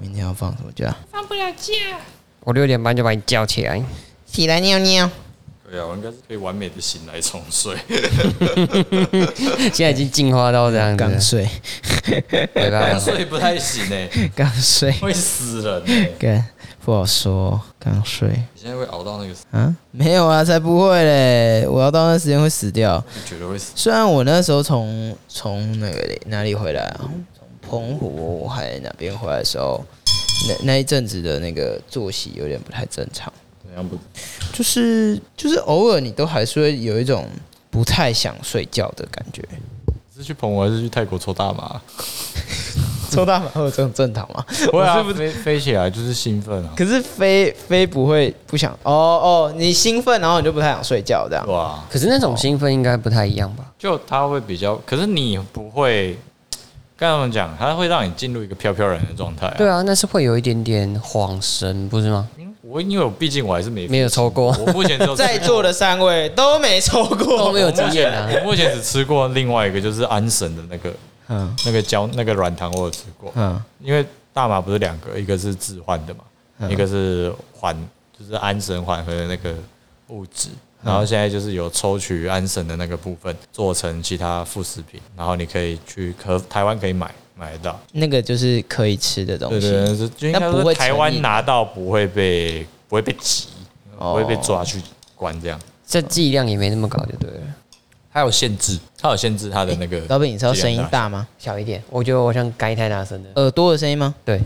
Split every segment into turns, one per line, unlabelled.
明天要放什么假？
放不了假。
我六点半就把你叫起来。
起来尿尿。
对啊，我应该是可以完美的醒来重睡。
现在已经进化到这样子了
刚，睡，
没办
刚
法。
睡不太行哎、
刚睡，
会死人、欸。
干不好说。刚睡
你现在会熬到那个，
啊？没有啊，才不会嘞！我要到那时间会死掉。
你觉得会死？
虽然我那时候从从那个哪里回来啊？从澎湖还哪边回来的时候，那那一阵子的那个作息有点不太正常。
怎样不？
就是就是偶尔你都还是会有一种不太想睡觉的感觉。
是去澎湖还是去泰国抽大 麻？
抽大麻会有这种正常吗？
会啊，
我是不是
飞飞起来就是兴奋啊！
可是飞飞不会不想哦哦，你兴奋然后你就不太想睡觉这样。
哇，
可是那种兴奋应该不太一样吧？
就他会比较，可是你不会。刚才我们讲，他会让你进入一个飘飘然的状态、啊。
对啊，那是会有一点点晃神，不是吗？
嗯，我因为我毕竟我还是没
没有抽过
我目前只有
在座的三位都没抽
都
过，
没有经验啊。
我目前只吃过另外一个就是安神的那个
嗯
那个胶那个软糖，我有吃过。
嗯
因为大麻不是两个，一个是致幻的嘛，一个是缓，就是安神缓和的那个物质。然后现在就是有抽取安神的那个部分，做成其他副食品，然后你可以去可台湾可以买买得到。
那个就是可以吃的东
对
西。
对对，是就应该
那不
说
会
台
成
湾
瘾
拿到不会被不会被挤，
哦
不会被抓去关这样。
这剂量也没那么高，就对了，
它有限制，它有限制它的那个。
老板，你知道声音大吗？
小一点。我觉得我像该太大声了。
耳朵的声音吗？
对，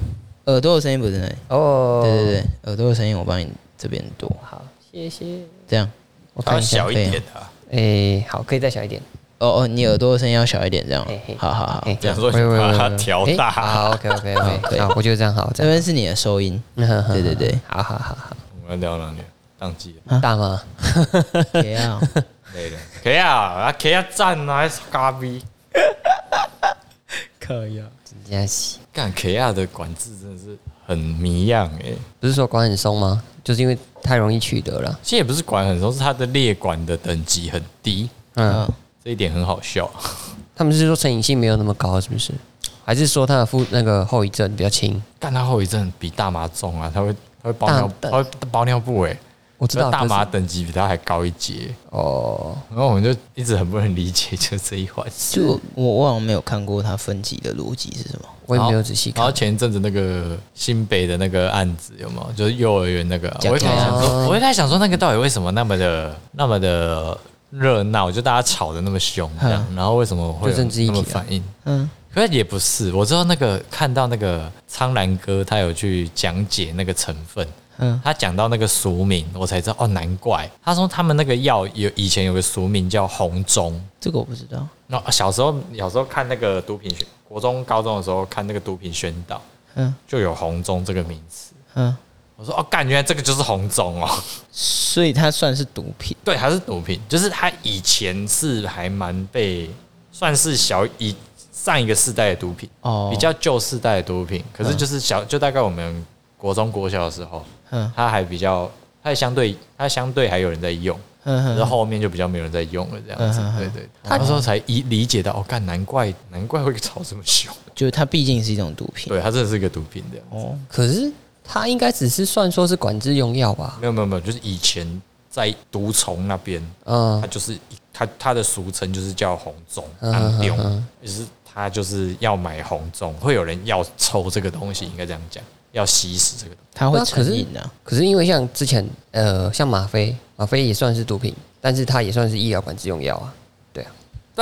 耳朵的声音不是那里。
哦，
对对对，耳朵的声音我帮你这边多，
好，谢谢。
这样。
我
它
看
要
一下
小，一点啊，
诶，哎好，可以再小一点。
哦哦，你耳朵的声音要小一点，这样哦
嘿嘿。
好好好，
诶
这样说你
喂喂
把
喂
它
喂
调
诶
大
好
好
，OK，OK，OK，
可以
好，我觉得这样好，
这
这 样。嗯
边是你的收音。对对对，
好好好好，
我们聊到哪里了？宕机了，
大吗？
别啊，
累了。 可以啊，啊可以啊，赞啊，还是咖啡。
可以啊。
真的是，
干 K R 的管制真的是很迷样哎、
不是说管很松吗？就是因为太容易取得了。
其实也不是管很松，是它的列管的等级很低，
嗯，
这一点很好笑。
他们是说成瘾性没有那么高，是不是？还是说它的副那个后遗症比较轻？
干它后遗症比大麻重啊，它会它会包
大
尿，
大
它会包尿布哎、
我知道
大麻
可
等级比它还高一截，
是哦，
然后我们就一直很不能理解，就这一环。事。
就我我好像没有看过它分级的逻辑是什么。
我也没有仔细
然后
看。
前一阵子那个新北的那个案子有没有？就是幼儿园那个，啊
讲
我一开始想
讲
说，我一开始想说那个到底为什么那么的那么的热闹，就大家吵得那么凶这样，然后为什么会有
就政治议
那么
题啊
反应？
嗯，
可是也不是，我知道那个看到那个苍兰哥，他有去讲解那个成分，
嗯
嗯，他讲到那个俗名，我才知道哦，难怪他说他们那个药有以前有个俗名叫红中，
这个我不知道。
那小时候小时候看那个毒品宣，国中高中的时候看那个毒品宣导，
嗯
就有红中这个名词。
嗯，
我说哦，干，原来这个就是红中哦。
所以它算是毒品。
对，它是毒品，就是它以前是还蛮被算是小以上一个世代的毒品，
哦
比较旧世代的毒品。可是就是小，就大概我们国中国小的时候，
嗯
它还比较，它相对它相对还有人在用，可
嗯
是
嗯，
后面就比较没有人在用了，这样子
嗯嗯。嗯
对对，他那时候才一理解到，哦，干，难怪难怪会吵这么凶。
就是它毕竟是一种毒品。
对，它真的是一个毒品的。
哦，
可是它应该只是算说是管制用药吧？
没有没有没有，就是以前在毒虫那边，
嗯
它，就是它它的俗称就是叫红棕
嗯
安丢
嗯嗯，
就是它就是要买红棕，会有人要抽这个东西，应该这样讲，要吸食这个东西。
它会
那可
成
是
瘾啊的。
可是因为像之前，呃，像吗啡，吗啡也算是毒品，但是它也算是医疗管制用药啊。
对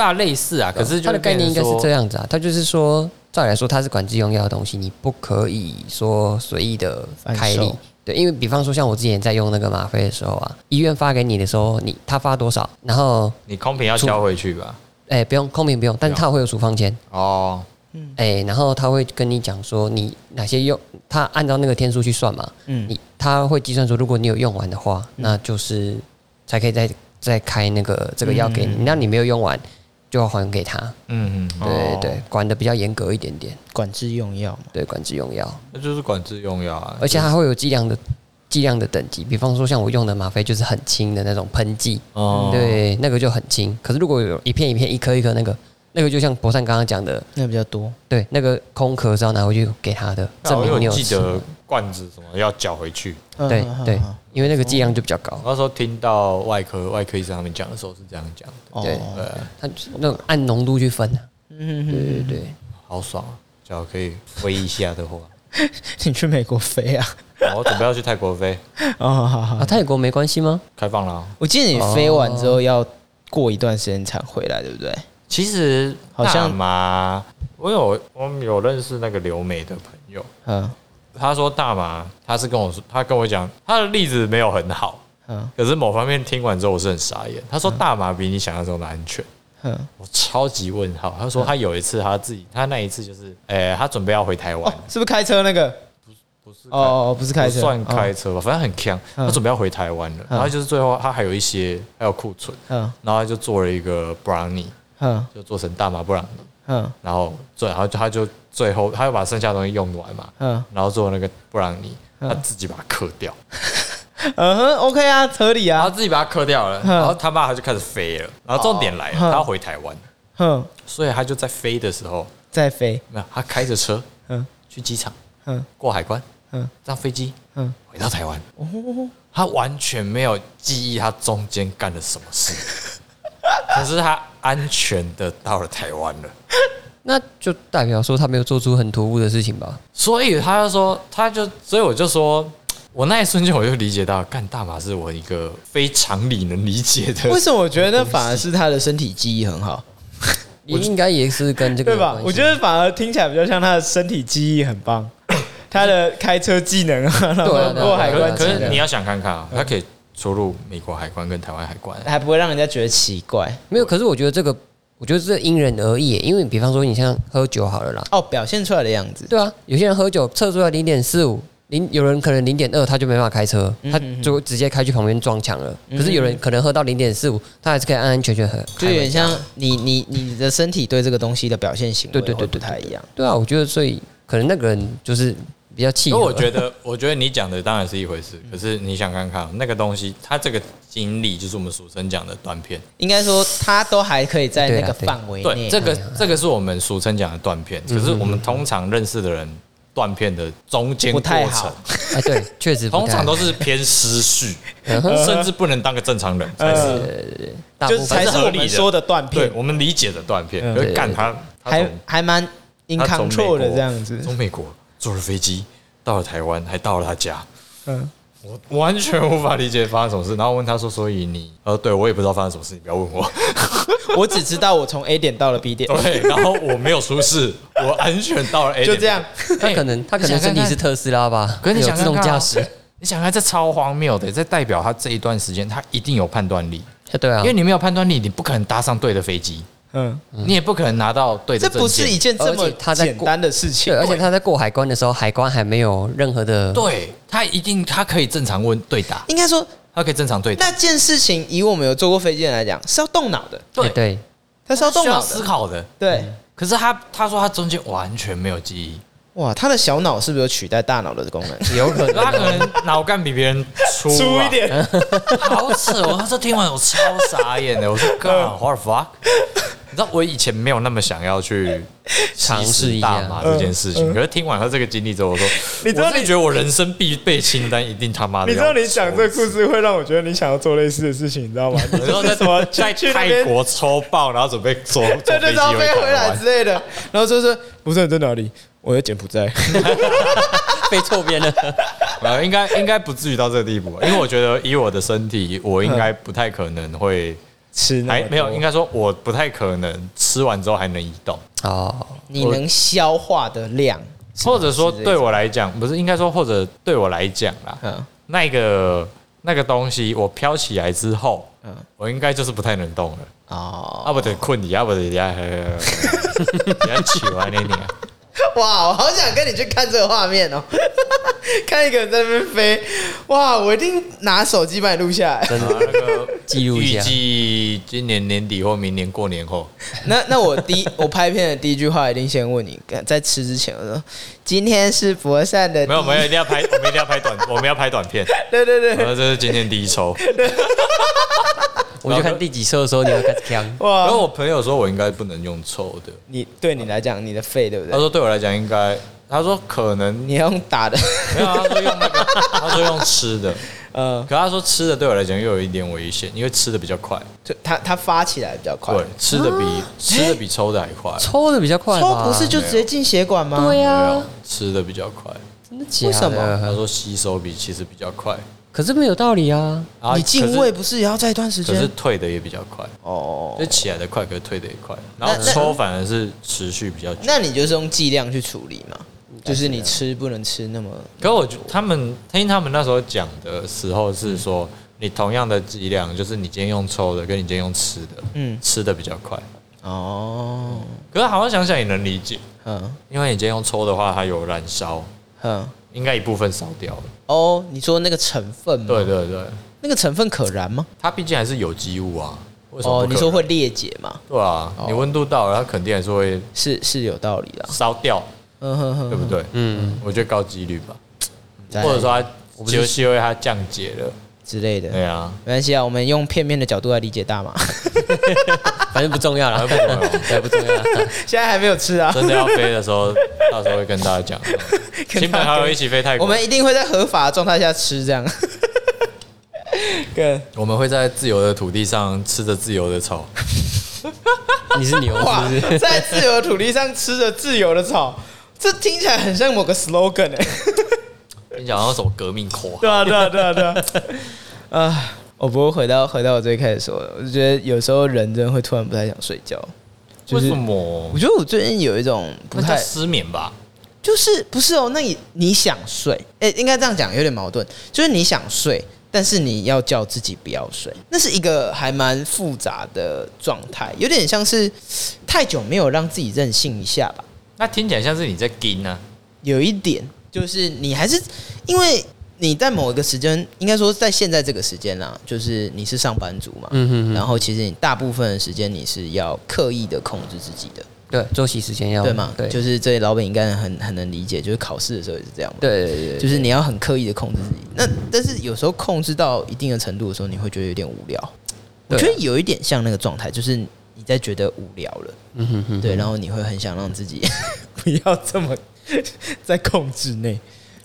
啊，类似啊，可是就
它的概念应该是这
样。
样子啊，它就是说，照理来说它是管制用药的东西，你不可以说随意的开
贩
立
售。
对，因为比方说像我之前在用那个吗啡的时候啊，医院发给你的时候，你他发多少，然后
你空瓶要交回去吧？
哎、不用空瓶不用，但是他会有处方签，
哦，
嗯
哎、然后他会跟你讲说你哪些用，他按照那个天数去算嘛，
嗯
你他会计算说，如果你有用完的话，那就是才可以再再开那个这个药给你，那你没有用完就要还给他，
嗯
对
嗯，
对对，管的比较严格一点点，
管制用药嘛。
对，管制用药，
那就是管制用药啊。
而且它会有剂量的剂量的等级，比方说像我用的吗啡就是很轻的那种喷剂，
哦，
嗯对，那个就很轻，可是如果有一片一片、一颗一颗那个，那个就像博善刚刚讲的，
那比较多。
对，那个空壳是要拿回去给他的，
但
证
我
明你
有
有
记
吃。
得罐子什么要缴回去。
嗯
对
嗯嗯
对
嗯，
因为那个剂量就比较高
我，那时候听到外科外科医生他们讲的时候是这样讲的，
哦
对
对啊，
它那种按浓度去分的。
嗯，
对对
嗯嗯
对，
好爽啊！只要可以飞一下的 话，
你去美国飞啊？
我哦准备要去泰国飞，
哦，好好好
啊，泰国没关系吗？
开放了。哦
我记得你飞完之后要过一段时间才回来，对不对？
其实
好像
嘛，我有我们有认识那个留美的朋友，
嗯
他说大麻，他是跟我说，他跟我讲他的例子没有很好，
嗯
可是某方面听完之后我是很傻眼。他说大麻比你想象中的安全，
嗯，
我超级问号。他说他有一次他自己，他那一次就是，诶，他准备要回台
哦
湾，，
是不是开车那个？
不是
哦哦，不是开车，
不算开
哦。
车吧，反正很强。
嗯
他准备要回台湾了，
嗯
然后就是最后他还有一些还有库存，
嗯
然后他就做了一个 brownie，
嗯
就做成大麻布朗尼，
嗯
然后最然后他就最后他就把剩下的东西用完嘛，
嗯
然后做那个布朗尼，
嗯
他自己把它刻掉，
嗯哼，OK 啊，合理
然后
啊。
自己把它刻掉了，
嗯
然后他爸他就开始飞了，然后重点来了，
嗯
他要回台湾，
哼，
所以他就在飞的时候，
嗯再飞。
没有他开着车
嗯
去机场
嗯
过海关，
嗯
让飞机
嗯，
回到台湾。
哦，
他完全没有记忆他中间干了什么事， 可是他安全的到了台湾了，
那就代表说他没有做出很突兀的事情吧？
所以他就说，他就，所以我就说，我那一瞬间我就理解到，干大麻是我一个非常理能理解的，
为什么我觉得那反而是他的身体记忆很好，
也应该也是跟这个
对
有
吧
关？系
我觉得反而听起来比较像他的身体记忆很棒，他的开车技能啊，然后
对啊对啊
过海
可
关嗯
是
技
可是你
能，
要想看看啊，他可以出入美国海关跟台湾海关，
还不会让人家觉得奇怪。
没有，可是我觉得这个，我觉得这因人而异耶，因为比方说你像喝酒好了啦，
哦，表现出来的样子，
对啊，有些人喝酒测出来零点四五，零有人可能零点二他就没办法开车，
嗯
他
嗯嗯
就直接开去旁边撞墙了。
嗯
可是有人可能喝到零点四五，他还是可以安安全全喝，
就有
开回
点
家
像你你你的身体对这个东西的表现行为
对对对
会
对
不太一样。
对啊，我觉得所以可能那个人就是比较气。
因为我觉得，我觉得你讲的当然是一回事，
嗯
可是你想看看那个东西，它这个经历就是我们俗称讲的断片。
应该说他都还可以在那
对
个
啦对
范围
对，
内。
这个这个是我们俗称讲的断片，
嗯
可是我们通常认识的人断片的中间
不
过
太
程
好，
啊，对，确实不太
通常都是偏失序，
嗯哼
甚至不能当个正常人才是。
呃
大
就
部
是
分
才是我们说的断
对
片，
我们理解的断片，
嗯
就是干他，他
还
从
还蛮 in
他从美
control
国
的这样子。
从美国坐了飞机到了台湾，还到了他家。
嗯，
我完全无法理解发生什么事，然后问他说：“所以你……呃，对我也不知道发生什么事，你不要问我。
我只知道我从 A 点到了 B ”点，
对，然后我没有出事，我安全到了 A
就
点
这样。
他可能他可能身体是特斯拉吧，
可是你
有
想
自
看看
动
啊
驾驶， 啊，
你想看这超荒谬的，这代表他这一段时间他一定有判断力，
对啊，
因为你没有判断力，你不可能搭上对的飞机，
嗯，
你也不可能拿到对的
这
证件。
不是一件这么
而且他在
简
过
单的事情
对，。而且他在过海关的时候，海关还没有任何的
对他一定，他可以正常问对答，
应该说
他可以正常对答，
那件事情，以我们有做过飞机的人来讲，是要动脑的，
哎
对，
对，
他是要动
需要
脑
思
的。
考的。
对，
可是他他说他中间完全没有记忆，
哇，他的小脑是不是有取代大脑的功能？
有可能
他可能脑干比别人粗啊
粗一，点，
好扯！我那时候听完我超傻眼的，我说 God what the fuck？你知道我以前没有那么想要去
尝试一下
大麻这件事情，可是听完他这个经历之后，我说，
嗯你知道
我真
你
的觉得我人生必备清单一定他妈的
你知
要
道
抽脂，
你讲这个故事会让我觉得你想要做类似的事情，你知道 吗？你
你说
就是
在
什么
在
去那
泰
边
国抽爆，然后准备坐
对
坐
对，
飞机
然后飞回
回
来
来
之，类的， 然后就是不是你在哪里？我在柬埔寨。
被错边了。
呃，应该应该不至于到这个地步吧，因为我觉得以我的身体，我应该不太可能会，
吃那么
还
多
没有，应该说我不太可能吃完之后还能移动。
哦，
你能消化的量，
或者说
是这
对我来讲，不是应该说，或者对我来讲啦，
嗯
那个那个东西我飘起来之后，
嗯
我应该就是不太能动了，
哦，
要不得困你，要不得你要你要起来呢你啊，
哇，我好想跟你去看这个画面哦， 看一个人在那边飞，哇，我一定拿手机把你录下来。
真的那个
记录一
预
下
计今年年底或明年过年后，
那那我第 一我拍片的第一句话一定先问你，在吃之前我说今天是博善的第一，
没有，我们一定要拍， 我们一定要拍短，我们要拍短片，
对对对。
然后这是今天第一抽，
我就看第几抽的时候你会开始呛
哇
然后我朋友说我应该不能用抽的，
你对你来讲，你的肺对不
他
对？
说对我来讲应该，他说可能
你要用打 的，
没有，他说用那个，他说用吃的，
呃，
可他说吃的对我来讲又有一点危险，因为吃的比较快，
就它它发起来比较快啊
对，，吃的比吃的比抽的还快，
抽的比较快
抽
吧？
不是就直接进血管吗？
对
没有
啊，
吃的比较快，
啊
真的假的？
为什
他
么
说吸收比其实比较快，
可是没有道理啊。
啊
你
可
进
是
位不是也要在一段时
可是
间？
退的也比较快，
哦
就，起来的快，可是退的也快，
那
然后
那
抽反而是持续比较久。
那你就是用剂量去处理嘛，就是你吃不能吃那么
可我觉他们听他们那时候讲的时候是说，你同样的剂量，就是你今天用抽的，跟你今天用吃的，
嗯
吃的比较快。
哦，
可是好像想想也能理解，
嗯
因为你今天用抽的话，它有燃烧，
嗯。
应该一部分烧掉了。
哦，你说那个成分吗？
对，对对，
那个成分可燃吗？
它毕竟还是有机物啊。为什么
哦
不可，能？
你说会哦裂解吗？
对啊，你温度到了，它肯定还是会
是是有道理的，
烧掉，
嗯哼
对不
哼，
对？
嗯，
我觉得高几率吧，
再来
或者说它
我不是
就因为它降解了，
之类的，
对啊，
没关系啊，我们用片面的角度来理解大麻，
反正不重要了， 对，不重要啦。
现在还没有吃啊，
真的要飞的时候，到时候会跟大家讲。亲朋好友一起飞泰国，
我们一定会在合法的状态下吃这样。 跟
我们会在自由的土地上吃着自由的草，
你是牛
哇
是不是？，
在自由的土地上吃着自由的草，这听起来很像某个 slogan 哎、
你讲到什么革命口号？
对啊，对啊，对啊，对啊。 啊，我不过回到回到我最开始说的，我觉得有时候人真的会突然不太想睡觉。就
为
是
什么
我？觉得我最近有一种不
那叫
太，
失眠吧？
就是不是哦？那你你想睡，哎、应该这样讲，有点矛盾，就是你想睡。但是你要叫自己不要睡，那是一个还蛮复杂的状态，有点像是太久没有让自己任性一下吧。
那听起来像是你在盯啊，
有一点就是你还是因为你在某一个时间，应该说在现在这个时间啦，就是你是上班族嘛，
嗯哼哼
然后其实你大部分的时间你是要刻意的控制自己的，
对，作息时间要
对吗？
对，
就是是这些老板应该很很能理解，就是考试的时候也是这样嘛，，
对对对，
就是你要很刻意的控制自己。那但是有时候控制到一定的程度的时候，你会觉得有点无聊。我
对啊
觉得有一点像那个状态，就是你在觉得无聊了，
嗯哼哼。
对，然后你会很想让自己 不要这么 在控制内，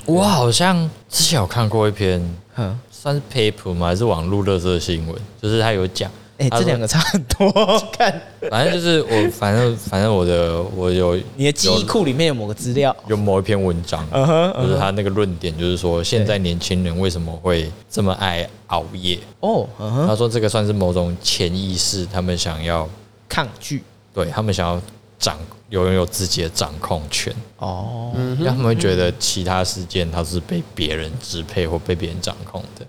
我好像之前有看过一篇
哼。
算是 paper 吗？还是网络热色新闻？就是他有讲，
哎、
他
这
说
两个差很 多。看
反正就是我，反正反正我的我有
你的记忆库里面有某个资料，
有某一篇文章，
嗯哼，
就是他那个论点，就是说现在年轻人为什么会这么爱熬夜？
哦，嗯哼，
他说这个算是某种潜意识，他们想要
抗拒，
对他们想要掌拥有自己的掌控权，
哦，
因为他们会觉得其他事件他是被别人支配或被别人掌控的，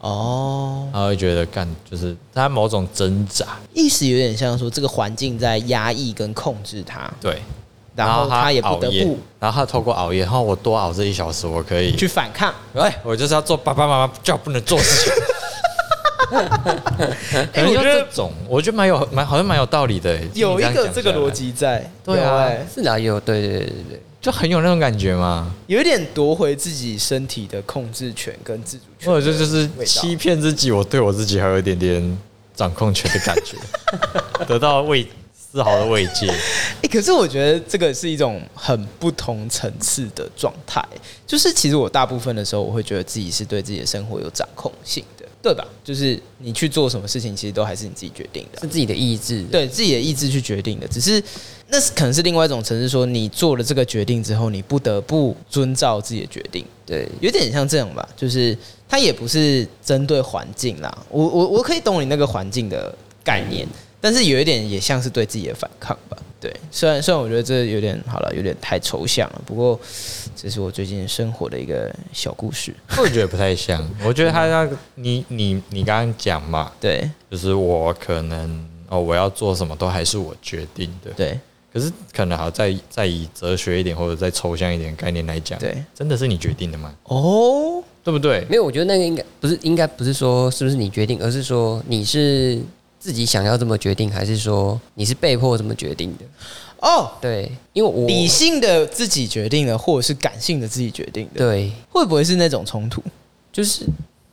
哦，
他会觉得干就是他某种挣扎，
意思有点像说这个环境在压抑跟控制他，
对，
然后他也不
熬
得
夜
不，
然后他透过熬夜，然后我多熬这一小时，我可以
去反抗。
哎，我就是要做爸爸妈妈叫我不能做的 事情。
哎
可能就这种，我觉得蛮有蛮好像蛮有道理的欸，
有一
听你样
个
讲
这个
下来
逻，辑在，
对
有
啊
欸
是啊，有对对对对对，
就很有那种感觉嘛。
有一点夺回自己身体的控制权跟自主权
或
的味道，
者这就是欺骗自己，我对我自己还有一点点掌控权的感 觉，得到慰丝毫的慰藉。
欸，可是我觉得这个是一种很不同层次的状态。就是其实我大部分的时候，我会觉得自己是对自己的生活有掌控性的，对吧？就是你去做什么事情，其实都还是你自己决定的
是，自己的意志。
对自己的意志去决定的。只是那是可能是另外一种层次，说你做了这个决定之后，你不得不遵照自己的决定。
对，
有点像这样吧，就是它也不是针对环境啦，我我我可以懂你那个环境的概念，
嗯
但是有一点也像是对自己的反抗吧。对，虽然虽然我觉得这有点好了，有点太抽象了，不过这是我最近生活的一个小故事。
我觉得不太像，我觉得他那个你你你刚刚讲嘛，
对
就是我可能哦，我要做什么都还是我决定的。
对
可是可能好再再以哲学一点或者再抽象一点的概念来讲，
对，
真的是你决定的吗？
哦，
对不对？
没有，我觉得那个应该不是，应该不是说是不是你决定，而是说你是自己想要这么决定，还是说你是被迫这么决定的？
哦，
对，因为我
理性的自己决定的，或者是感性的自己决定的，
对，
会不会是那种冲突？
就是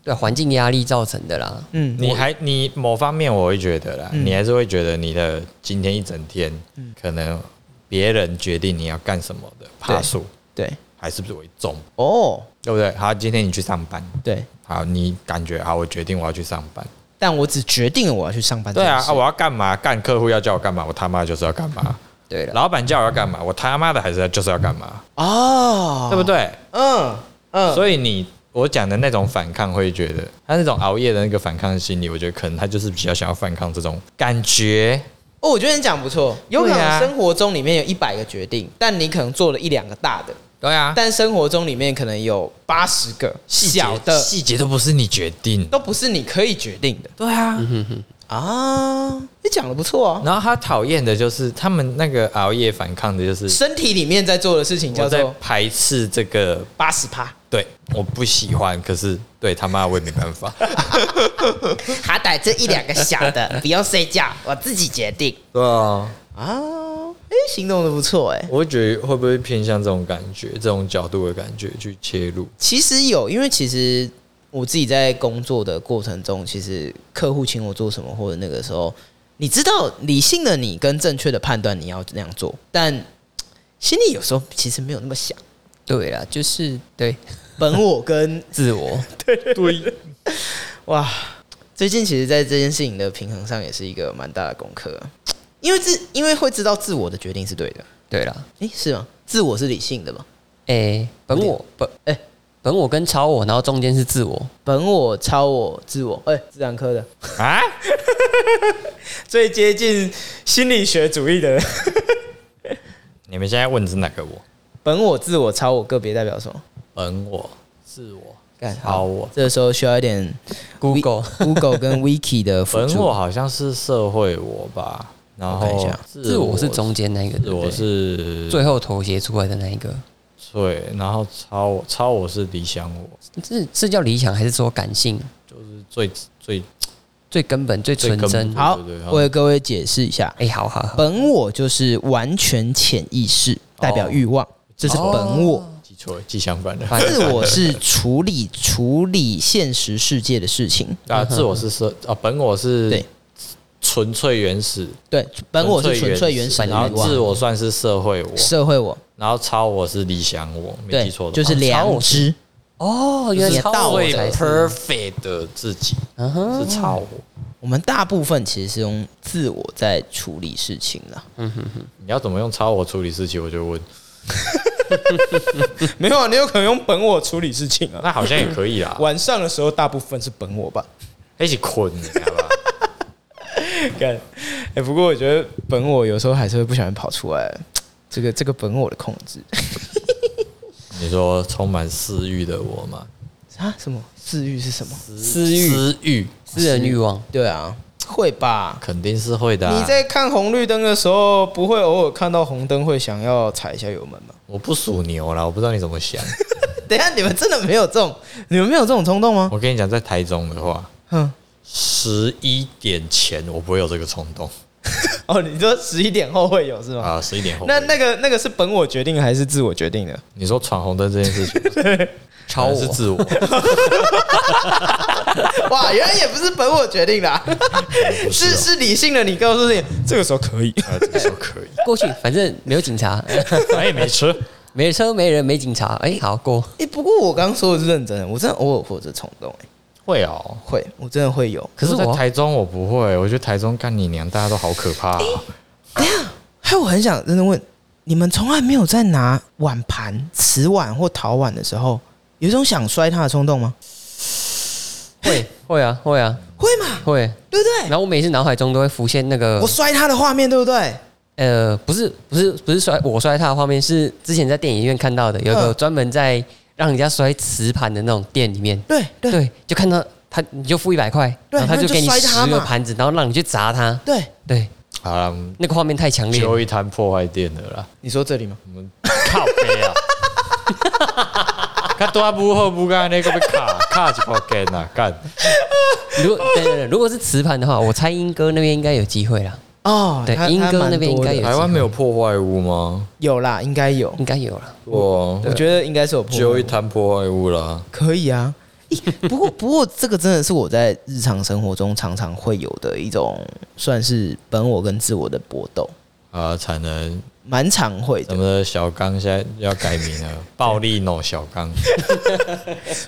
对环境压力造成的啦。
嗯，
你还你某方面我会觉得啦，
嗯
你还是会觉得你的今天一整天，可能别人决定你要干什么的帕数
对
还是为重，
哦，
对不对？好，今天你去上班，
对，
好，你感觉好，我决定我要去上班，
但我只决定了我要去上班这
对
件
啊，
事。
啊我要干嘛？干客户要叫我干嘛？我他妈就是要 干嘛？
对了，
老板叫我要干嘛？我他妈的还是要就是要干嘛？
哦，
对不？对？
嗯嗯，
所以你我讲的那种反抗，会觉得他那种熬夜的那个反抗心理，我觉得可能他就是比较想要反抗这种感觉。
哦，我觉得你讲不错，有可
对
能
啊
生活中里面有一百个决定，但你可能做了一两个大的，
对啊，
但生活中里面可能有八十个小的，
细节都不是你决定。
都不是你可以决定的
对啊，
啊。你讲的不错啊，
然后他讨厌的就是他们那个熬夜反抗的，就是
身体里面在做的事情叫
我在
做
排斥这个。
八十趴，
对，我不喜欢，可是对他妈我也没办法。
还逮这一两个小 的，不用睡觉，我自己决定
对啊，
啊。哎、行动的不错哎、
我会觉得会不会偏向这种感觉、这种角度的感觉去切入？
其实有，因为其实我自己在工作的过程中，其实客户请我做什么，或者那个时候，你知道理性的你跟正确的判断你要那样做，但嘖心里有时候其实没有那么想。
对了，就是对
本我跟
自我，
对，
哇，最近其实，在这件事情的平衡上，也是一个蛮大的功课啊、嘖因为自因为会知道自我的决定是对的，
对了，
诶，是吗？自我是理性的吧？
哎，本我本哎
哎
本我跟超我，然后中间是自我，
本我、超我、自我，哎、自然科的
啊，
最接近心理学主义的
你们现在问的是哪个我？
本我、自我、超我个别代表什么？
本我、自我、
干
超我。
这个时候需要一点
Google
We- Google 跟 Wiki 的辅
本我
助。
好像是社会我吧，然
我看一
后
下
自我是中，间那一个，
自我是
最后妥协出来的那一个，
对，然后超我超我是理想我，
是是叫理想还是说感性？
就是最最
最根本、最
最
纯
根
真。
本
好
对对对，好
为各位解释一下，
哎、好好好，
本我就是完全潜意识，代表欲
哦
望，这是本我。
记错了，记相反的。
自 我是处理处理现实世界的事情，
啊，自我是社啊，本我是
嗯对
纯粹原始，
对，本我是纯粹原始的
然后
欲
自
望，
我算是社会我，
社会我，
然后超我是理想我，没
对
记错，的话，
就是良知。
哦，原来
你的
超
道
我
理
最
才是，
perfect 的自己
啊
嗯哼，
是超我。
我们大部分其实是用自我在处理事情啦，
你要怎么用超我处理事情？我就问，
没有啊，你有可能用本我处理事情啊。
那好像也可以 啦，
晚上的时候大部分是本我吧。
一起捆，你知道吧？
干，哎、不过我觉得本我有时候还是会不小心跑出来，这个这个本我的控制
你说充满私欲的我吗？
啊，什么自愈是什么？
私欲，私欲
私人欲望，
对啊，会吧？
肯定是会的、啊。
你在看红绿灯的时候，不会偶尔看到红灯会想要踩一下油门吗？
我不属牛啦，我不知道你怎么想。
等一下，你们真的没有这种，你们没有这种冲动吗？
我跟你讲，在台中的话，
哼，
十一点前我不会有这个冲动
哦，你说十一点后会有是吗？
啊，十一点后。
哦那那个那个是本我决定还是自我决定的？
你说闯红灯这件事情，
超
可能
我
是自我，
哇，原来也不是本我决定的 啊、
不
是
是、
是理性的。你告诉你，这个时候可 以。
啊，这个时候可以，
过去，反正没有警察，
我也没吃。
没车没人没警察，哎、好过。
哎、不过我刚刚说的是认真的，我真的偶尔会有这冲动、哎，
会哦，
会，我真的会 有。
可是
在
我
台中我不会，我觉得台中干你娘，大家都好可怕、啊。
还有，我很想认真问，你们从来没有在拿碗盘、瓷碗或陶碗的时候，有一种想摔它的冲动吗？
会会啊会啊
会嘛，
会，
对不
然
对？
后我每次脑海中都会浮现那个
我摔它的画面，对不对？
呃，不是不是不是摔我摔他的画面，是之前在电影院看到的，有一个
嗯
专门在让人家摔瓷盘的那种店里面，
对对
对，就看到他你就付一百块，
对
然后他
那你就
就给你
摔他
十个
嘛
盘子，然后让你去砸他，
对，
对，
好了，我们
那个画面太强烈了
揪。一摊破坏店的啦。
你说这里吗？
我们靠背啊！他大步后步干那个被卡卡一包干啊干，
如果对对对，如果是磁盘的话，我猜英哥那边应该有机会啦，
哦，
对
它
英哥
它蛮
那边
多的
应该有
台湾没有破坏物吗？
有啦，应该有。
应该有了。
我
我觉得应该是有破
揪
坏
一
物
摊破坏物啦，
可以啊。哎、咦不过，不过这个真的是我在日常生活中常常会有的一种，算是本我跟自我的搏斗，
啊，产能
蛮常会的
咱。们的小刚现在要改名 了，暴力 no 小刚，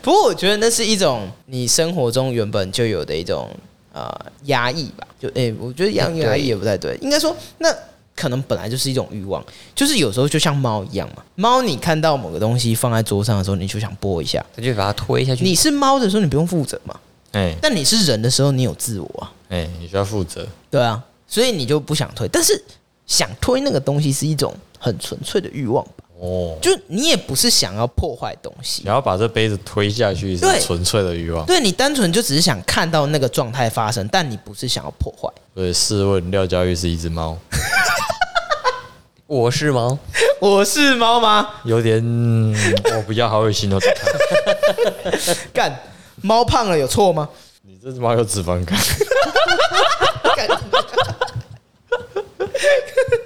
不过我觉得那是一种你生活中原本就有的一种呃压抑吧。就诶、我觉得压
对
压抑也不太对，应该说那可能本来就是一种欲望，就是有时候就像猫一样嘛。猫你看到某个东西放在桌上的时候，你就想拨一下。
他就把它推下去。
你是猫的时候，你不用负责嘛。
哎
但你是人的时候，你有自我啊。
哎，你需要负责，
对啊，所以你就不想推，但是想推那个东西是一种很纯粹的欲望吧，
哦，
就你也不是想要破坏东西
你，要把这杯子推下去
对
是纯粹的欲望。
对你单纯就只是想看到那个状态发生，但你不是想要破坏。
所以试问廖佳玉是一只猫，
我是吗？
我是猫吗？
有点嗯我比较好恶心哦。这看
干，猫胖了有错吗？
你这只猫有脂 肪肝，
干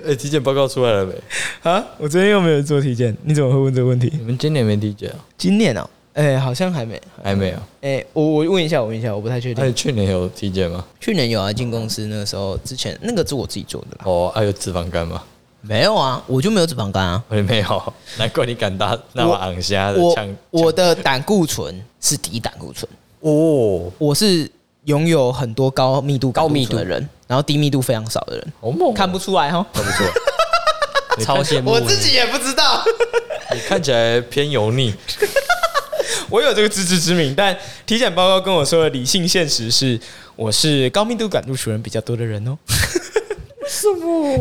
哎，体检报告出来了没？
啊，我昨天又没有做体检，你怎么会问这个问题？
你们今年没体检啊？
今年哦，哎、好像还没。
还没有。
哎、我我问一下，我问一下，我不太确定。
那你去年有体检吗？
去年有啊，进公司那个时候，之前那个是我自己做的啦。
哦，还有脂肪肝吗？
没有啊，我就没有脂肪肝啊。
我也没有， 难怪你敢打那么昂虾的
我
呛
我的胆固醇是低胆固醇，
哦，
我是拥有很多高密度高密度的人，然后低密度非常少的人，
好猛哦，
看不出来哈。
看不出来，你
超
看
羡慕
我
欸
自己也不知道，
你看起来偏油腻，
我有这个自知之明，但体检报告跟我说的理性现实是，我是高密度胆固醇人比较多的人哦。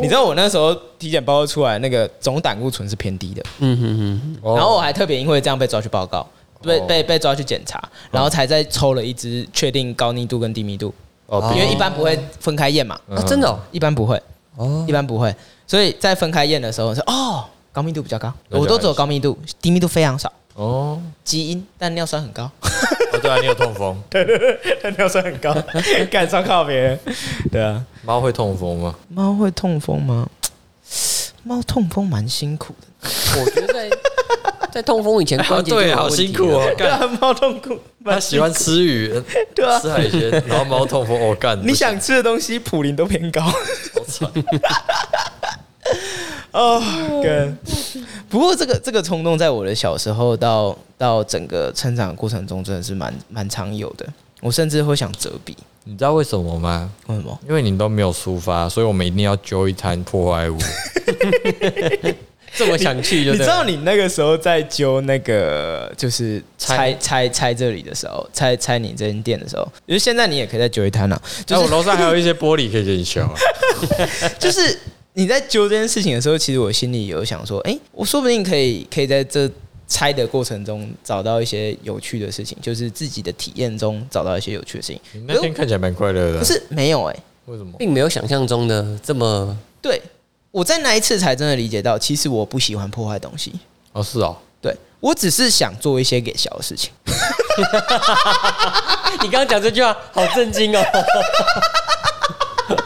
你知道我那时候体检报告出来，那个总胆固醇是偏低的，
嗯哼哼，
哦
然后我还特别因为这样被抓去报告，被
哦
被被抓去检查，然后才再抽了一支确定高密度跟低密度，
哦，
因
比
为一般不会分开验嘛，
啊，真的哦，
一般不会，
哦
一般不会，所以在分开验的时候说哦，高密度比较高，
那就
我都只有高密度，低密度非常少，
哦，
基因但尿酸很高，
哦对啊，你有痛风，
但 尿酸很高， 敢烧靠别人，对啊，
猫会痛风吗？
猫会痛风吗？猫痛风蛮辛苦的，
我觉得在 在痛风以前关节就有
对，好
问题啊
辛苦
了。
哦，干，
啊，猫痛苦，
它喜欢吃 鱼，
对啊
吃海鲜，然后猫痛风，我干，
你想吃的东西普林都偏高。
不行好惨，
哦，跟不过这个这个冲动，在我的小时候到到整个成长的过程中，真的是蛮蛮常有的。我甚至会想折笔，
你知道为什么吗？
为什么？
因为你都没有抒发，所以我们一定要揪一摊破坏物。
这么想去就
你
对
知
了。
道你那个时候在揪那个就是拆
拆
拆拆这里的时候，拆拆你这间店的时候，就是现在你也可以在揪一摊啊，就
那哎我
是
楼上还有一些玻璃可以给你修啊，
就是你在揪这件事情的时候，其实我心里有想说，哎、我说不定可以可以在这拆的过程中找到一些有趣的事情，就是自己的体验中找到一些有趣的事情。
你那天看起来蛮快乐的，啊
可是没有哎、
为什么？
并没有想象中的这么
对我在那一次才真的理解到，其实我不喜欢破坏东西，
哦，是哦，
对我只是想做一些给小的事情。
你刚刚讲这句话好震惊哦！
所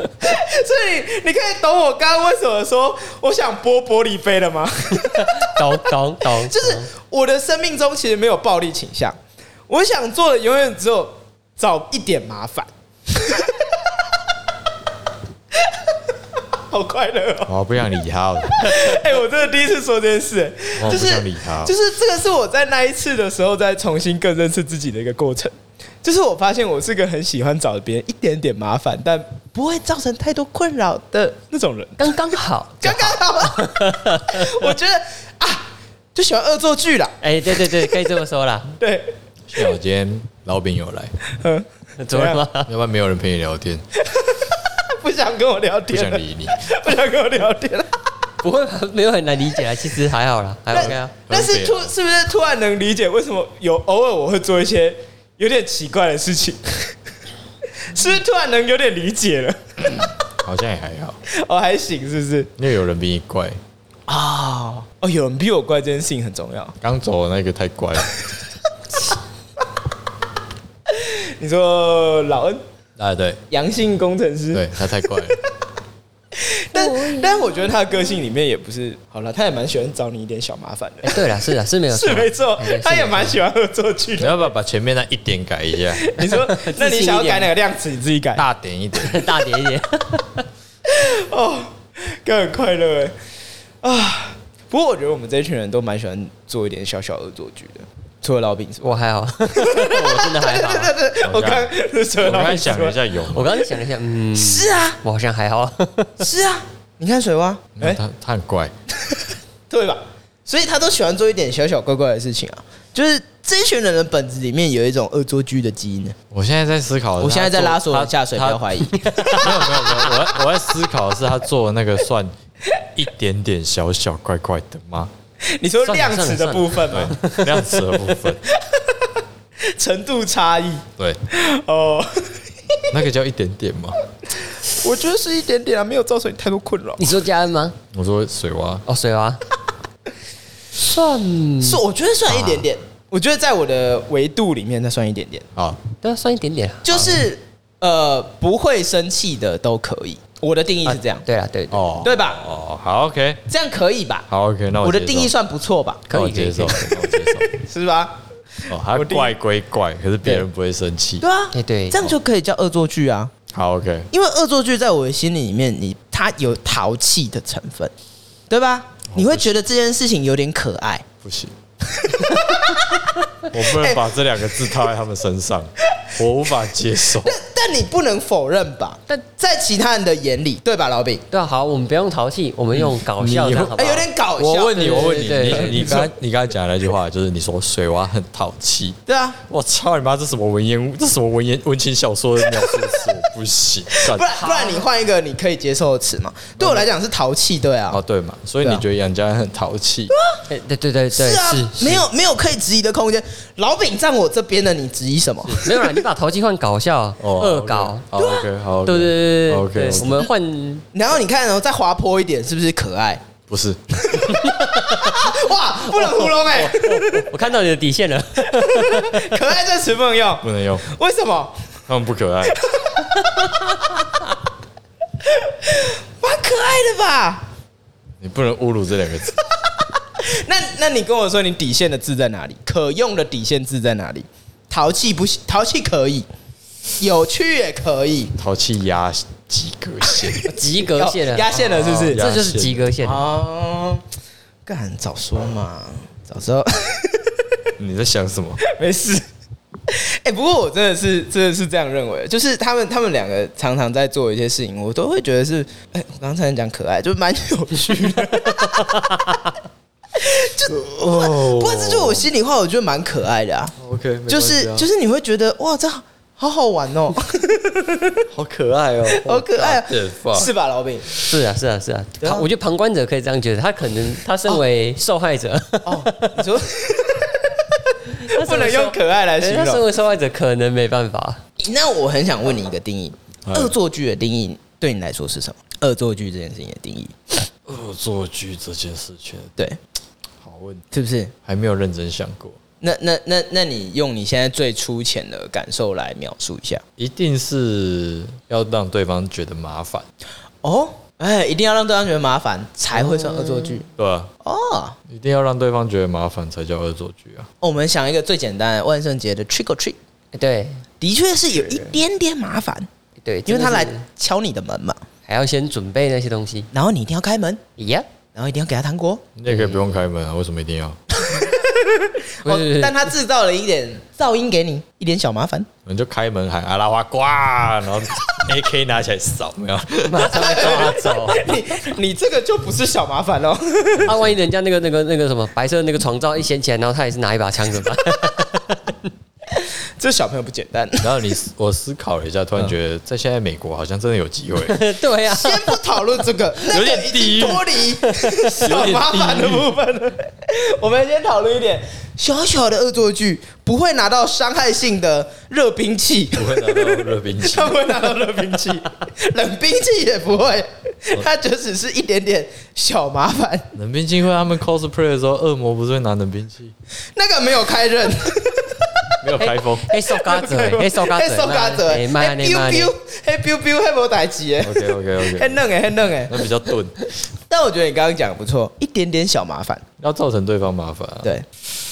以你可以懂我刚刚为什么说我想剥玻璃杯了吗？
懂懂懂，
就是我的生命中其实没有暴力倾向，我想做的永远只有找一点麻烦。 好快乐哦！
我不想理他了，
哎、我真的第一次说这件事、哎
我
就
哦不
是
想理他
就是这个是我在那一次的时候再重新更认识自己的一个过程。就是我发现我是个很喜欢找别人一点点麻烦，但不会造成太多困扰的那种人。
刚刚好。
刚刚好啊， 我觉得啊，就喜欢恶作剧啦。
哎，对对对，可以这么说啦。
对，
幸好今天老饼有来，
嗯，
怎么了吗？
要不然没有人陪你 聊天，
啊不想跟我聊
不
天
想
了，
理你。
不想跟我聊天了。
不会吧，没有很难理解啊，其实还好啦，还 OK 啊。
但是突
很
是不是突然能理解为什么有偶尔我会做一些有点奇怪的事情？ 是不是突然能有点理解了？
好像也还好，
哦，还行，是不是？
因为有人比你乖。
啊、哦，有人比我怪这件事情很重要。
刚走的那个太乖了，
你说老恩
啊对
阳性工程师，
对，他太乖了，
但但我觉得他的个性里面也不是好了，他也蛮喜欢找你一点小麻烦的，
哎对了，是的，是没有错
是没错
哎对，
他也
是没
蛮喜欢恶作剧
你
的。
要不要把前面那一点改一下，
你说，那你想要改哪个量词，你自己改，
大点一点？
错 大点一点，
哦更很快乐哎啊！不过我觉得我们这一群人都蛮喜欢做一点小小恶作剧的，除了老饼之外，
我还好，我真的还好。啊
我
我
刚
刚
除了
我
老
刚
饼
才
之外
想了一下，有
我
吗？
刚刚想了一下，嗯，
是啊
我好像还好，
是啊，你看水蛙，哎、
他他很怪，
对吧？所以他都喜欢做一点小小怪怪的事情啊，就是这一群人的本质里面有一种恶作剧的基因呢。
我现在在思考的是他做，
我现在在拉索
他
人下水，不
他
要怀疑。
没 有没有没有，我在我在思考的是他做的那个算一点点小小怪怪的吗？
你说
算了
量词
算
的
了
部分嘛，
对，量子的部 分，
程度差异
对，
哦，
那个叫一点点吗？
我觉得是一点点啊，没有造成你太多困扰。
你说嘉恩吗？
我说水蛙，
哦，水娃，算
是，我觉得算一点点。我觉得在我的维度里面，那算一点点，
好，
对啊，算一点点啊。
就是呃，不会生气的都可以。我的定义是这样，
啊对了，对对，
哦，
对吧
哦，好，OK，
这样可以吧？
好，OK，那
我的
接受
定义算不错吧？
那我
可以可以
哦接受，那我接受。
是吧？
哦，他
我定义
怪归怪，可是别人不会生气
对。啊，
哎对
这样就可以叫恶作剧啊。
好，OK，
因为恶作剧在我的心里面，你它有淘气的成分，对吧？
哦
你会觉得这件事情有点可爱，
不行，我不能把这两个字套在他们身上，我无法接 受。
但但你不能否认吧？但在其他人的眼里，对吧，老饼？
对啊，好，我们不用淘气，我们用搞笑
你
这样好不
哎、
好？
有点搞笑。
我问你，我问你，
对对对
你你刚才你刚才讲的那句话，就是你说水娃很淘气，
对啊，
我操你妈，这什么文言，这什么文言文情小说的描述词，我不 行。干
不然不然你换一个你可以接受的词嘛？对我来讲是淘气，对啊
哦，，对嘛，所以
对啊
你觉得杨家很淘气？
哎对对对对，
是啊
是，是
没有没有可以质疑的空间。老饼站我这边的，你质疑什么？
没有啦，你把淘气换搞 笑，
哦，
恶搞，
好，OK，好，
对对对对
OK，
对，我们换
然后你看哦，再滑坡一点，是不是可爱？
不是，
哇， 不能糊弄哎、
啊我看到你的底线 了。
可爱这词不能用，
不能用，
为什么？
他们不可爱。
蛮可爱的吧？
你不能侮辱这两个字。
那那你跟我说，你底线的字在哪里？可用的底线字在哪里？淘气不行，淘气可以，有趣也可以，哦
淘气压及格线，
及格线了，哦
压线了是不是？
压
这就是及格线。
哦，干早说嘛，早知道
你在想什么？
没事。哎、不过我真的是真的是这样认为，就是他们他们两个常常在做一些事情，我都会觉得是，哎、我刚才讲可爱，就蛮有趣的。
哦
不过这就我心里话，我觉得蛮可爱的啊。
OK，
就是就是是你会觉得哇，这好好玩哦，
好可爱哦，
好可爱、啊，是
是
吧，老饼？
是啊，是啊，是啊。
对啊
旁我觉得旁观者可以这样觉得，他可能他身为受害者，
哦，你说
他身为
不能用可爱来形
对他身
容。
为受害者可能没办法。
那我很想问你一个定义，
哎
恶作剧的定义对你来说是什么？恶作剧这件事情的定义，
恶作剧这件事情，
对，
好问题，
是不是？
还没有认真想过。
那那那那你用你现在最粗浅的感受来描述一下。
一定是要让对方觉得麻烦，
哦，哎，一定要让对方觉得麻烦才会算恶作剧
对吧？
哦。
一定要让对方觉得麻烦才叫恶作剧啊！
我们想一个最简单的万圣节的 trick or treat，
对
的确是有一点点麻烦，
对，
因为他来
真的是
敲你的门嘛，
还要先准备那些东西。
然后你一定要开门，
呀，
然后一定要给他糖果。
你也可以不用开门啊，为什么一定要？
不是不是
哦但他制造了一点噪音给你，一点小麻烦。
你就开门喊阿拉花瓜，然后 AK 拿起来扫， 没有？
马上被抓走。
你 你这个就不是小麻烦哦，
啊，万一人家那个那个那个什么白色的那个床罩一掀起来，然后他也是拿一把枪怎么办？
这小朋友不简单。
然后你我思考了一下，突然觉得在现在美国好像真的有 机会。
对呀，
先不讨论这个，那个
有点
已经
低欲
脱离小
有点低欲
麻烦的部分了。我们先讨论一点小小的恶作剧，不会拿到伤害性的热兵器，
不会拿到热兵器
他不会拿到热兵器，冷兵器也不会，他就只是一点点小麻烦。
冷兵器会他们 cosplay 的时候，恶魔不是会拿冷兵器？
那个没有开刃，
没有开 封。
黑手嘎子，黑手嘎
嘿
子，
手嘎子，嘿
哎慢啊你
，biu
慢啊你
biu，嘿 biu biu，嘿无代志诶，
OK OK
嘿
OK，
嫩诶，嘿嫩诶。
哎那比较 钝，
但我觉得你刚刚讲得不错，一点点小麻烦，
要造成对方麻烦、啊。
对。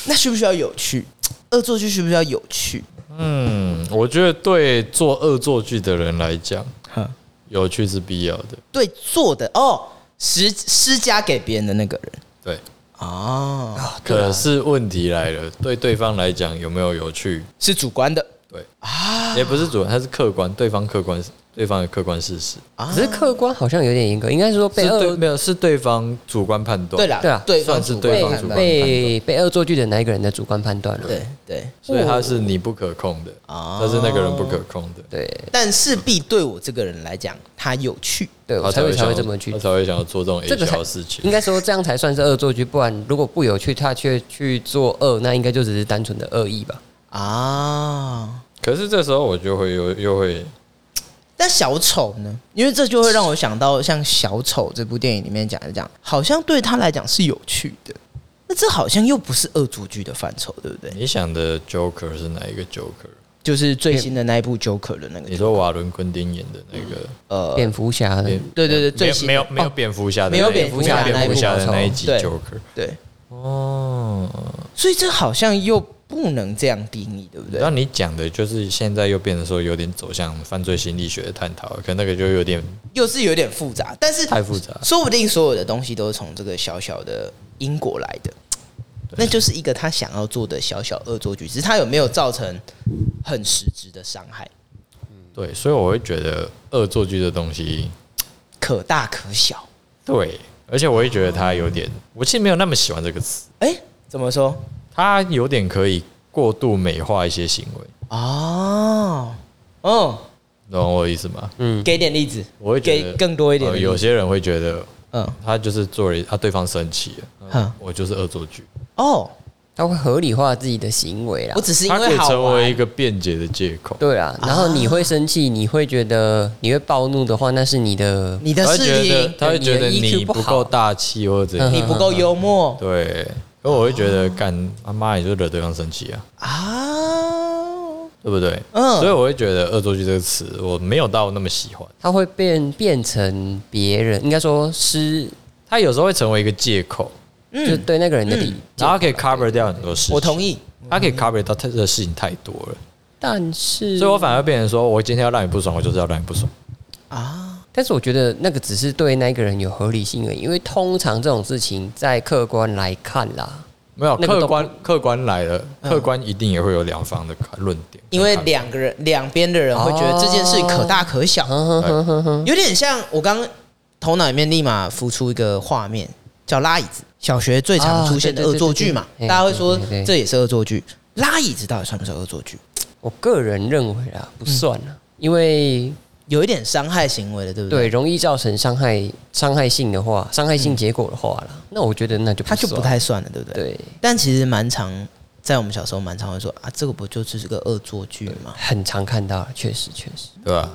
那需不需要有趣？恶作剧需不需要有趣？
嗯，我觉得对做恶作剧的人来讲，
哈，
有趣是必要的。
对，做的哦，施施加给别人的那个人
对，
哦，
可是问题来了，对对方来讲有没有有趣？
是主观的
对啊，也不是主观，他是客观，对方客观，对方的客观事实。
只是客观好像有点严格，应该是说被
是对，
恶
没有是对方主观判断。
对啦，
对啊
对方
算是
主观
对方
判
主
断
观
被被恶作剧的那一个人的主观判断了。
对对，
所以他是你不可控的，
哦
他是那个人不可控的，
对
但势必对我这个人来讲，他有趣。
对，我
他
才会才
想
会
要
这么去
他。才会想要做这种 A
这个才
小的事情
应。该说这样才算是恶作剧，不然如果不有趣，他却去做恶，那应该就只是单纯的恶意吧。
啊。
可是这时候我就会又又会
但小丑呢？因为这就会让我想到像《小丑》这部电影里面讲的讲，好像对他来讲是有趣的，那这好像又不是恶作剧的范畴，对不对？
你想的 Joker 是哪一个 Joker？
就是最新的那一部 Joker 的那个
你，说瓦伦昆汀演的那个？
呃，
蝙蝠侠的
蝙
对对对，
没
最
有
新
没有
的
没有蝙蝠侠的那
没
一，
有蝙蝠侠
没有
那一
蝙
部
蝠侠的那一集
对
Joker。
对，
哦，
所以这好像又不能这样定义，对不对
那？你讲的就是现在又变得说有点走向犯罪心理学的探讨，可那个就有点
又是有点复杂，但是
太复杂。
说不定所有的东西都是从这个小小的因果来的，那就是一个他想要做的小小恶作剧，只是他有没有造成很实质的伤害，
对，所以我会觉得恶作剧的东西
可大可小。
对，而且我会觉得他有点，我其实没有那么喜欢这个词，
哎、怎么说？
他有点可以过度美化一些行为，
哦，嗯，
你懂我意思吗？
给点例子，
嗯我会觉
给
得
更多一点
呃
的例子、
有些人会觉得
嗯，
他就是做了，他对方生气了，
哼，
我就是恶作剧，
哦，
他会合理化自己的行为啦
我。只是因
他可
为
以
好
成为一
玩，
个辩解的借口。
对啦，然后你会生气，你会觉得你会暴怒的话，那是你的
你 E
他
的
会
事
觉得
情，
他会觉得
你的 EQ
你
不
不
好
够大气或者怎样
你不够幽默
嗯
对，可我会觉得干他妈你就惹对方生气啊，
嗯
啊。
对不对？
嗯
所以我会觉得恶作剧这个词我没有到那么喜欢，
他会变变成别人，应该说是
他有时候会成为一个借口。
就对那个人的理。
然后可以 cover 掉很多事情。
我同意，
他可以 cover 到他的事情太多了，
但是，
所以我反而变成说，我今天要让你不爽，我就是要让你不爽。
啊，
但是我觉得那个只是对那个人有合理性而已，因为通常这种事情在客观来看啦，
没有
那个都
客观，客观来了，客观一定也会有两方的论点。
因为两个人两边的人会觉得这件事可大可小，
哦嗯
有点像我刚头脑里面立马浮出一个画面，叫拉椅子，小学最常出现的
啊对对
恶作剧嘛，
对对对
大家会说
对对对
这也是恶作剧，拉椅子到底算不算恶作剧？
我个人认为啦，不算啦，
嗯
因为
有一点伤害行为了，对不
对容易造成伤害伤害性的话，伤害性结果的话啦，那我觉得嗯那就
他就
算
不太算了，对不对？
对，
但其实蛮常在我们小时候蛮常会说啊，这个不就是个恶作剧吗？
很常看到，确实确实。
对啊吧、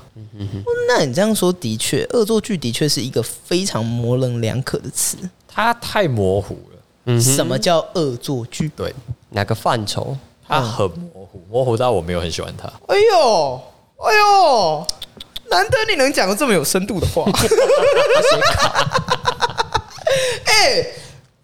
那你这样说的确，恶作剧的确是一个非常模棱两可的词。
他太模糊了，
嗯哼
什么叫恶作剧？
对，
哪个范畴？
他很模糊，模糊到我没有很喜欢他。
哎呦，哎呦，难得你能讲这么有深度的 话。哎、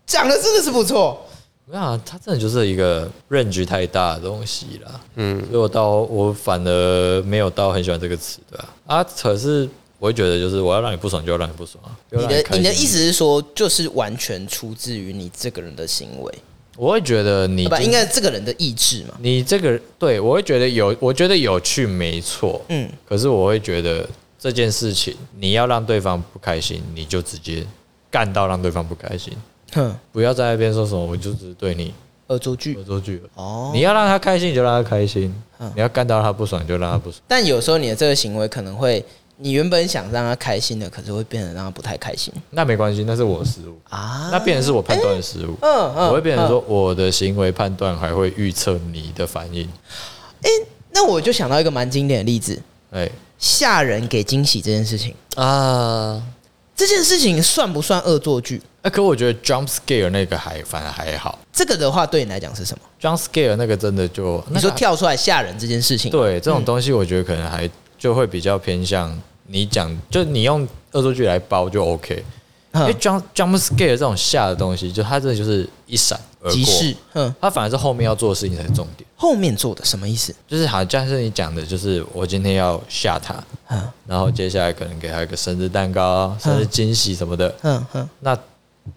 讲的真的是不错。
没有、啊，他真的就是一个 range 太大的东西啦。嗯，所以我到我反而没有到很喜欢这个词的啊。啊可是我会觉得，就是我要让你不爽，就要让你不爽啊。
你
就让
的
开
你
心
的意思是说，就是完全出自于你这个人的行为，
我会觉得你
不，
今
应该是这个人的意志嘛？
你这个对我会觉得有，我觉得有趣没错，
嗯，
可是我会觉得这件事情，你要让对方不开心，你就直接干到让对方不开心，
哼，
不要在那边说什么我就只是对你
恶作剧
恶作剧了。
哦。嗯
你要让他开心，你就让他开心；你要干到他不爽，你就让他不爽。
但有时候你的这个行为可能会，你原本想让他开心的，可是会变得让他不太开心
那没关系，那是我的失误，
啊。
那变成是我判断的失误。
嗯嗯
我会变成说我的行为判断还会预测你的反应。
那我就想到一个蛮经典的例子，
哎，
吓人给惊喜这件事情。
啊，
这件事情算不算恶作剧？
那可我觉得 jump scare 那个还反而还好
这个的话对你来讲是什么？
，jump scare 那个真的就
你说
那个啊
跳出来吓人这件事情，
对这种东西，我觉得可能还就会比较偏向你讲，就你用恶作剧来包就 OK。因为
嗯，
jump jump scare 这种吓的东西，就它真的就是一闪而
即
过，
视，嗯，
它反而是后面要做的事情才是重点。
后面做的什么意思？
就是好像是你讲的，就是我今天要吓他，
嗯
然后接下来可能给他一个生日蛋糕、生日惊喜什么的。
嗯嗯，
那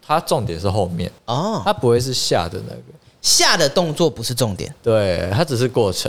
它重点是后面，
哦，
它不会是吓的那个，
吓的动作不是重点
对，它只是过程，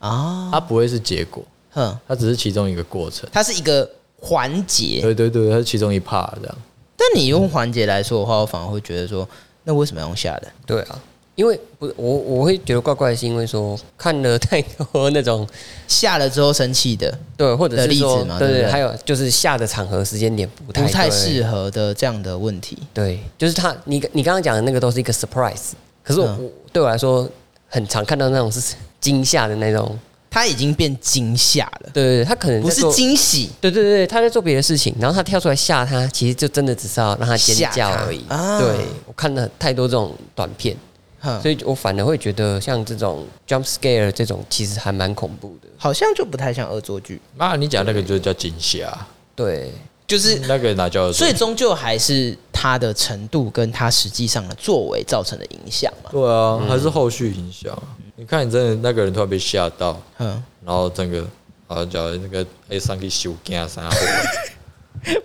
啊，
它不会是结果，
嗯，
它只是其中一个过程。
它是一个环节。
对对对，它是其中一 part 这样。
但你用环节来说的话，我反而会觉得说，那为什么要用吓的？
对啊，因为不我我会觉得怪怪，的是因为说看了太多那种
吓了之后生气的，
对，或者
的
是
例子
说
嘛
对
对不对
还有就是下的场合时间点不太
不太
对
适合的这样的问题。
对，就是他，你你刚刚讲的那个都是一个 surprise，可是我、
嗯
我对我来说，很常看到那种是惊吓的那种，
他已经变惊吓了，
对对对，他可能在
不是
做，
惊喜，
对对对，他在做别的事情，然后他跳出来吓他，其实就真的只是要让他尖
吓
叫
他
而已。
啊
对我看了太多这种短片，
哼
所以我反而会觉得像这种 jump scare 这种其实还蛮恐怖的。
好像就不太像恶作剧，
那你讲那个就叫惊吓，
对，
就是
那个哪叫？
所以终究还是他的程度跟他实际上的作为造成的影响嘛。
对啊，还是后续影响。你看，你真的那个人突然被吓到，
嗯，
然后整个啊，假如那个 A 上去修干啥货，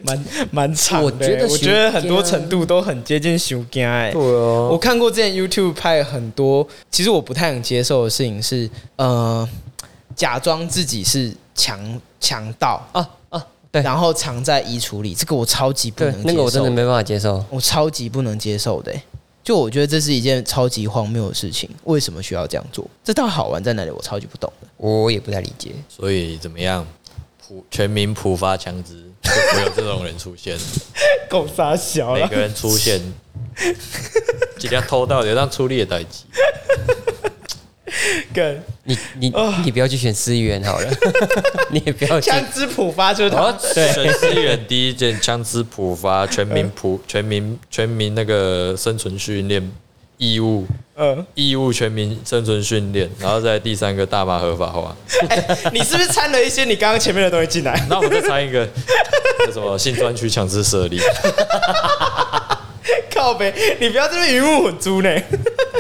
蛮蛮惨
的我觉得我觉得很多程
度都很接近熊惊哎
对啊
我，看过之前 YouTube 拍很多，其实我不太能接受的事情是，呃，假装自己是强强盗，
啊啊，对
然后藏在衣橱里，这个我超级不
对
能接，受。
那个我真的没办法接受。
我超级不能接受的欸、就我觉得这是一件超级荒谬的事情，为什么需要这样做？这到底好玩在哪里？我超级不懂的。
我也不太理解，
所以怎么样，普全民普发枪支，就不会有这种人出现，
够傻小
每个人出现，尽量偷到，有让出力的代级。
梗，
你你、
啊
你不要去选司议员 好了，你也不要去
枪支浦发就是
然后
哦
他，
选思远第一件枪支普发，全民普全民全民那个生存训练义务。
嗯，
义务全民生存训练，然后再第三个大麻合法化。
你是不是掺了一些你刚刚前面的东西进来？
那我们再猜一个， 叫什么性专区强制设立？
靠呗，你不要这边鱼目混珠呢。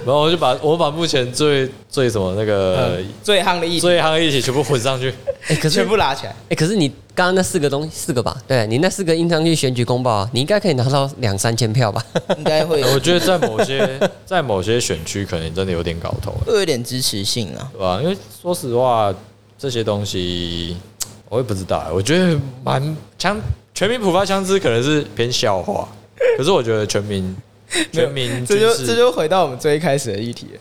然后我就把我把目前最最什么那个
最夯的一
最夯的一起全部混上去。
哎、可是
全部拉起来，
哎、可是你刚刚那四个东西，四个吧？对你那四个印上去选举公报、啊，你应该可以拿到两三千票吧？
应该会
我觉得在某些在某些选区可能真的有点搞头欸了，
会有点支持性啊。
对吧？因为说实话，这些东西我也不知道，欸我觉得蛮枪全民普发枪支可能是偏笑话，可是我觉得 全民全民
这
军
就
事
这就回到我们最一开始的议题了，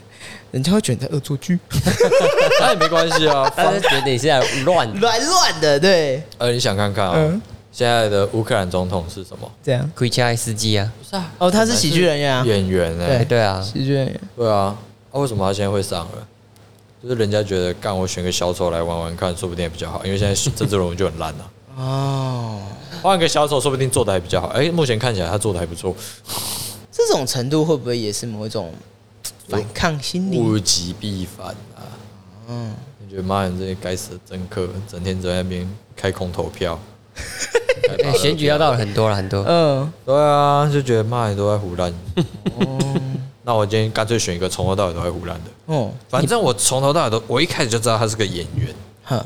人家会觉得你在恶作剧，
那也没关系啊，
大
呃
家 觉得你是在乱
乱乱的，对，
呃，你想看看啊、
嗯
现在的乌克兰总统是什么？
这样。
回家司机啊？
不是啊，
哦，他是喜剧人员啊，
演员哎、
哎、对啊，
喜剧人员。
对啊，啊，为什么他现在会上了？就是人家觉得干我选个小丑来玩玩看，说不定也比较好，因为现在政治人物就很烂了、
哦，
换个小丑，说不定做的还比较好。哎、目前看起来他做的还不错，
这种程度会不会也是某一种反抗心理？
物极必反啊！
嗯，
你觉得妈，你这些该死的政客，整天在那边开空投票，开
哎、
罢了
选举要到了很多了，很多。
嗯，
对啊，就觉得妈你都在胡乱。 那我今天干脆选一个从头到尾都在胡乱的。
哦，
反正我从头到尾都，我一开始就知道他是个演员。
哼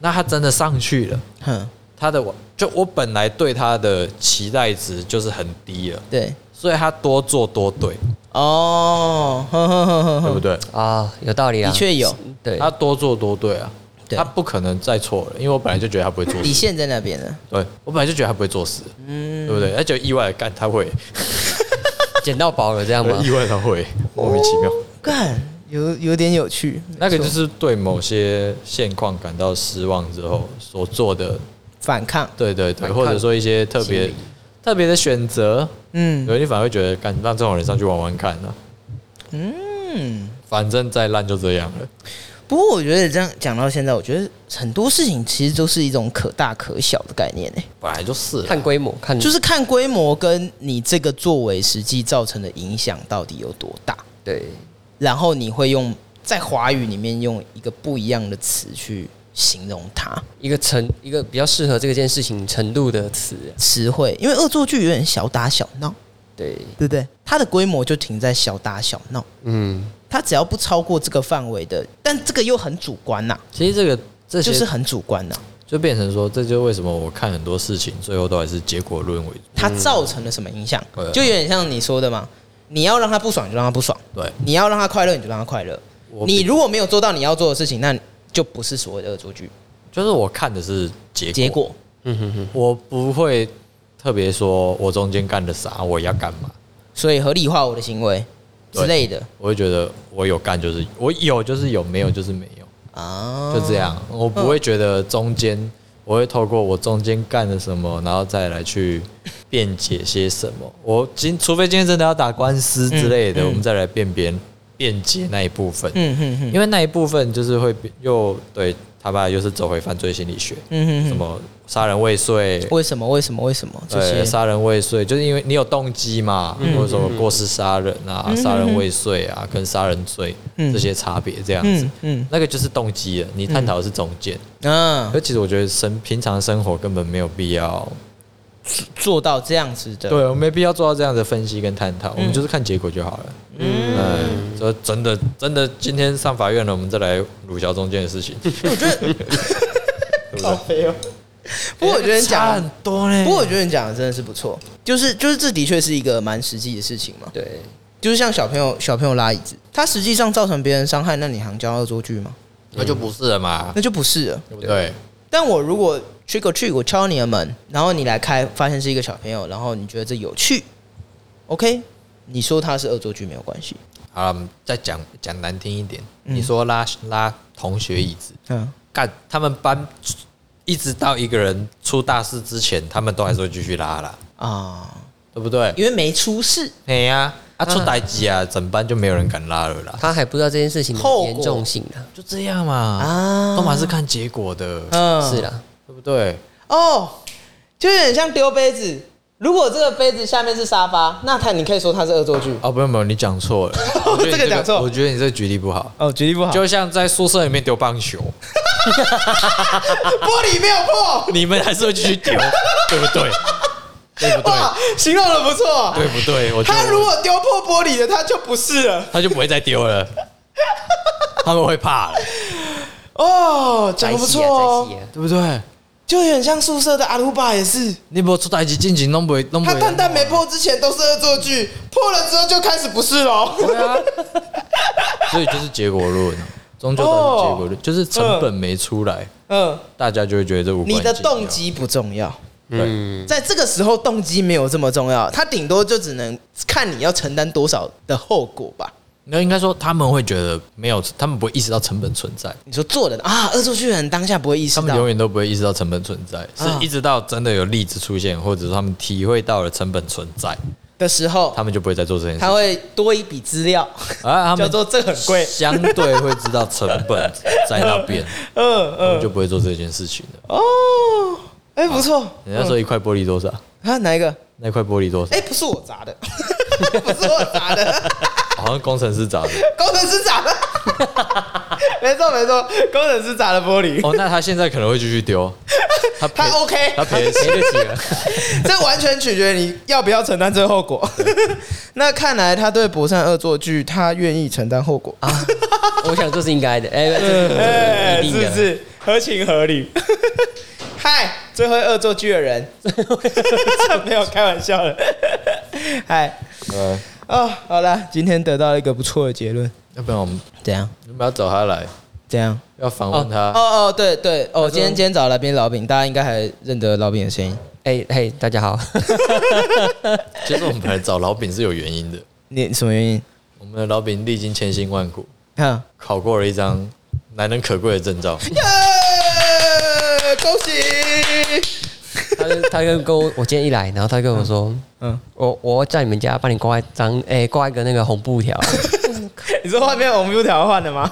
那他真的上去了，
哼，
他的我就我本来对他的期待值就是很低了，
对，
所以他多做多对，
嗯哦，哼哼哼哼
对不
哼，
对？
啊，有道理啊，
的确有
对，
他多做多对啊，
对
他不可能再错了，因为我本来就觉得他不会做
底
事，
线在那边呢。
对我本来就觉得他不会做事，对不对？那就意外的干他会，
捡到宝了这样吗？
意外的会， 莫名其妙。
干，有有点有趣，
那个就
没错
是对某些现况感到失望之后所做的，
反抗。
对对对，
反抗
或者说一些特别
心理
特别的选择，
嗯
对你反而会觉得，干让这种人上去玩玩看啊，
嗯，
反正再烂就这样了。
不过我觉得这样讲到现在，我觉得很多事情其实都是一种可大可小的概念诶、欸
本来就是啦
看规模，看
就是看规模跟你这个作为实际造成的影响到底有多大，
对
然后你会用在华语里面用一个不一样的词去形容它
一个程一个比较适合这件事情程度的词，啊
词汇，因为恶作剧有点小打小闹，
对，
对不对？它的规模就停在小打小闹，
嗯，
它只要不超过这个范围的，但这个又很主观呐、
其实这个这些
就是很主观呐、
就变成说，这就是为什么我看很多事情最后都还是结果论为主。
它造成了什么影响
嗯对啊，
就有点像你说的嘛，你要让他不爽就让他不爽，
对，
你要让他快乐你就让他快乐，
我
你如果没有做到你要做的事情，那就不是所谓的恶作剧。
就是我看的是结果，
结果
嗯哼哼，
我不会特别说我中间干了啥，我要干嘛，
所以合理化我的行为
对
之类的
我会觉得我有干就是我有就是有，没有就是没有，
啊，
就这。样，我不会觉得中间。我会透过我中间干了什么，然后再来去辩解些什么。我今除非今天真的要打官司之类的，
嗯嗯
我们再来辨别辩解那一部分。
嗯哼哼，
因为那一部分就是会比又对他爸又是走回犯罪心理学，
嗯
什
哼哼，
么杀人未遂，
为什么？为什么？为什么？这
对，
些
哎杀人未遂，就是因为你有动机嘛，或者什么过失杀人啊、杀人未遂啊，跟杀人罪
嗯
这些差别这样子
嗯，嗯
那个就是动机了。你探讨的是中间，
嗯，啊
可其实我觉得生平常生活根本没有必要，
做到这样子的，
对，我们没必要做到这样的分析跟探讨，我们就是看结果就好了。嗯，说真的，真的，今天上法院了，我们再来鲁小中间的事情。
我觉得
对不对
好肥哦。不过我觉得你讲的，
哎多嘞
不过我觉得你讲的真的是不错，就是就是这的确是一个蛮实际的事情嘛，
对，
就是像小朋友小朋友拉椅子，他实际上造成别人伤害，那你行叫恶作剧吗？
那就不是了嘛，
那就不是了。
对不对？
但我如果 trick or treat，我敲你的门，然后你来开，发现是一个小朋友，然后你觉得这有趣，OK，你说他是恶作剧没有关系，
好了，再讲讲难听一点，你说拉拉同学椅子，
嗯，
干他们班一直到一个人出大事之前，他们都还是会继续拉啦，
啊，
对不对？
因为没出事，
嘿呀，啊出大事啊，整班就没有人敢拉了啦，
他还不知道这件事情的
啊后果
严重性啊，
就这样嘛，
啊
都嘛是看结果的，
嗯
是啦，
对不对？
哦，就有点像丢杯子。如果这个杯子下面是沙发，那他你可以说他是恶作剧
哦，不用不用，你讲 错了，我觉得你
这个讲错
我觉得你这个举例不好，
哦，举例不好
就像在宿舍里面丢棒球，
玻璃没有破，
你们还是会继续丢，对不对？对不对？
哇，形容的不错。
对不对？我觉得
他如果丢破玻璃的，他就不是了。
他就不会再丢了，他们会怕了，
哦，讲的不
宅系啊
错，
宅系
哦，
啊
对不对？
就有点像宿舍的阿鲁巴也是，
你无出代志进前拢袂拢
他蛋蛋没破之前都是恶作剧，破了之后就开始不是喽。
啊所以就是结果论啊，终究都是结
哦
果论，就是成本没出来，
嗯，
大家就会觉得这无关
你的
紧要
动，机不重要，
对，
嗯
在这个时候动机没有这么重要，他顶多就只能看你要承担多少的后果吧。
那应该说他们会觉得没有，他们不会意识到成本存在。
你说做的啊，恶作剧人当下不会意识
他们
到
永，远都不会意识到成本存在，是
啊
一直到真的有例子出现，或者说他们体会到了成本存在，
的时候
他，们就不会再做这件事
他
情。
会多一笔资料，
啊，他
叫
们
做这很贵。
相对会知道成本在那边，
嗯
他
嗯，
们就不啊会做这件事情了。
哦，哎，不错。
人家说一块玻璃多少？
啊，哪一个？
那一块玻璃多少
哎，？不是我砸的， 不是我砸的，
好像工程师砸的。
工程师砸的。 没错没错，工程师砸的玻璃，
哦，那他现在可能会继续丢，他赔
他哦 OK，
他赔得起得起 了。
这完全取决于你要不要承担这个后果。 那看来他对博善恶作剧，他愿意承担后果啊，
我想这是应该的， 哎，这是一定
是不
的，
是合情合理？ 嗨，最会恶作剧的 人，没有开玩笑的。 嗨，
呃，
哦，好了，今天得到一个不错的结论，
要不然我们
怎样？
我们要找他来，
怎样？
要访问
哦
他。
哦，对对哦，今天今天找来宾老饼，大家应该还认得老饼的声音。
哎嘿，大家好，
其实我们本来找老饼是有原因的，
你什么原因？
我们的老饼历经千辛万苦，
看，
考过了一张难能可贵的 证照。
耶，恭喜！
他他跟跟我我今天一来，然后他跟我说，
嗯
我我在你们家帮你挂一张，哎，挂一个那个红布条，
你说外面红 U 条换的吗？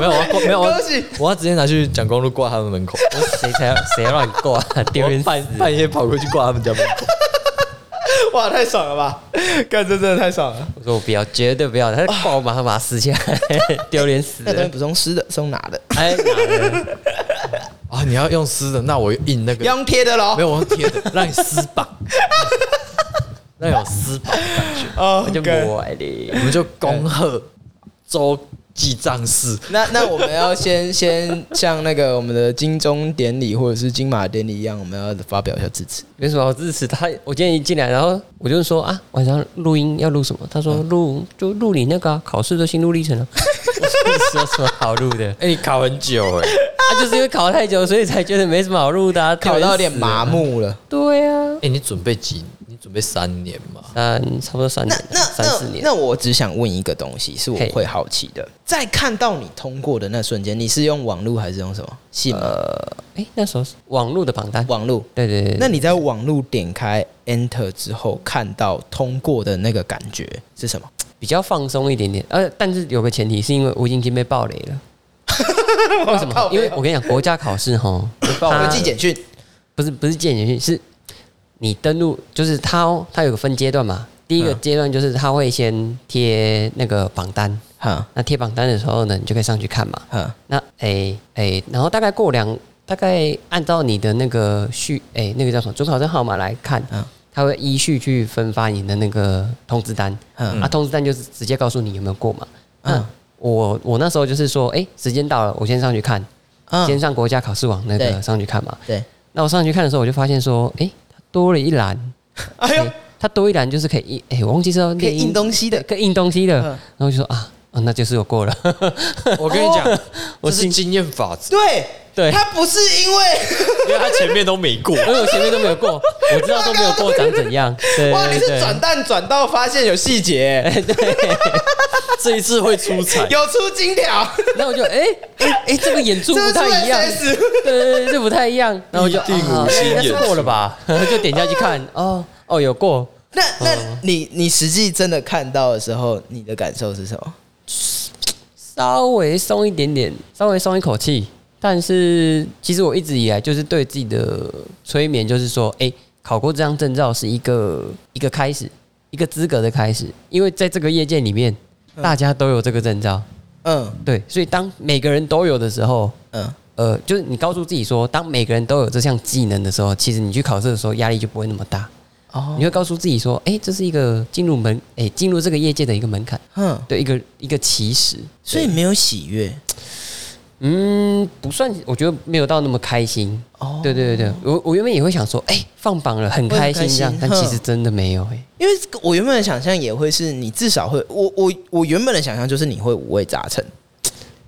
没有，我要挂没有，我要
恭喜
我要直接拿去蒋公路挂他们门口，
谁才谁要让你挂、啊？丢人
我
死！
半半夜跑过去挂他们家门口，
哇，太爽了吧！干，这真的太爽了。
我说我不要，绝对不要！他挂我马上把它撕下 来，丢脸死
那东西
了！
不是用湿的，是用拿的，
哎，
啊！你要用湿的，那我印那 个
要用贴的喽
没。有，我用贴的，让你撕绑，让有撕绑。
哦
我就
干
不爱你。
我们就恭贺周记账式，
那那我们要先先像那个我们的金钟典礼或者是金马典礼一样，我们要发表一下致辞。
没什么好支持他。我今天一进来，然后我就说啊，晚上录音要录什么？他说录就录你那个啊、考试的心路历 程啊。我说有什么好录的？
哎、你考很久哎、
啊，就是因为考了太久，所以才觉得没什么好录的、啊，
考到有点
丢人死了。
麻木了。
对啊
哎、，你准备几？你准备三年嘛？
嗯，差不多三
那
年，
那
三四
那
年。
那我只想问一个东西，是我
嘿
会好奇的。在看到你通过的那瞬间，你是用网络还是用什么信吗？
哎，那时候是网络的榜单，
网络。
对对对，
那你在网络点开 Enter 之后，看到通过的那个感觉是 什么？
比较放松一点点。呃，但是有个前提，是因为我已经被爆雷 了。为什么？因为我跟你讲，国家考试吼，它
国际简讯
不是不是见简讯，是你登录，就是它哦它有个分阶段嘛。第一个
嗯
阶段就是它会先贴那个榜单，
哈
那贴榜单的时候呢，你就可以上去看嘛。
哈
那诶诶、然后大概过两，大概按照你的那个序，诶、那个叫什么准考证号码来看，
嗯
它会依序去分发你的那个通知单。
嗯
啊，通知单就是直接告诉你有没有过嘛。
嗯
嗯，我我那时候就是说，诶、时间到了，我先上去看，先
嗯，
上国家考试网那
对
个上去看嘛。
对，
那我上去看的时候，我就发现说，诶，它多了一栏，
哎呦
诶，它多一栏就是可以印，诶，哎我忘记是要
可
列
以印东西的，
可以印东西
嗯
的，然后我就说啊。啊，那就是我过了，
我跟你讲，
我
这是
信
经验法则，
对
对
他不是因为
因为他前面都没过。
因为我前面都没有过，我知道都没有过长怎样。对
哇，你
对
是
对，
转蛋转到发现有细 节，
这一次会出 彩，
有出金条，
那我就哎哎哎，这个演出不
这
太一样，
是
对对对，这不太一样。然后我就
一定
啊
五星
应该是
演出
过了吧，就点下去看，
啊
哦哦有过，
那
嗯
那你你实际真的看到的时候，你的感受是什么？
稍微松一点点，稍微松一口气。但是其实我一直以来就是对自己的催眠，就是说，哎、考过这张证照是一个一个开始，一个资格的开始。因为在这个业界里面，大家都有这个证照，
嗯
对，所以当每个人都有的时候，
嗯
呃，就是你告诉自己说，当每个人都有这项技能的时候，其实你去考试的时候压力就不会那么大。
哦
你会告诉自己说，哎、这是一个进入门，哎、进入这个业界的一个门槛，
嗯，
对，一个一个起始。
所以没有喜悦
嗯，不算，我觉得没有到那么开心。
哦，
对对对对，我我原本也会想说，哎、放榜了，很开
会很开
心
心
这样，但
哼
其实真的没有、哎，
因为我原本的想象也会是你至少会，我我我原本的想象就是你会五味杂陈，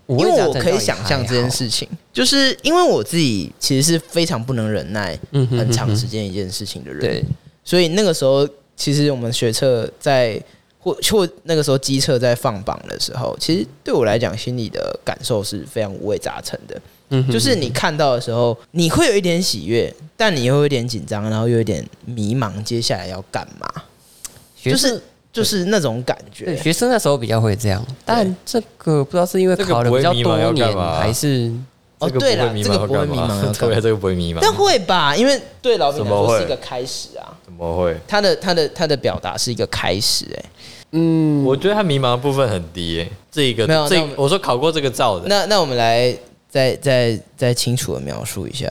我
因
会
为
讲
我可以想象这件，事情，就是因为我自己其实是非常不能忍耐
嗯哼
很长
嗯哼
时间一件事情的人，
对，
所以那个时候，其实我们学测在或或那个时候机测在放榜的时候，其实对我来讲，心里的感受是非常五味杂陈的。
嗯哼
就是你看到的时候，你会有一点喜悦，但你又有一点紧张，然后又有一点迷茫，接下来要干嘛？
学
就
生
是就是那种感
对
觉。
学生那时候比较会这样，但这个不知道是因为
这个
考了
不会
比较
迷茫要
多
干
年，
嘛
还是
哦，对了，这个不会迷茫要干
对啊，
嘛，
这个不会迷茫，
但会吧？因为对老兵来
怎么
说
会
是一个开始啊。
怎么会？
他的他的他的表达是一个开始、哎，
嗯，
我觉得他迷茫的部分很低诶、这一个
没有
这
那我们
我说考过这个照的，
那那我们来再再再清楚的描述一下。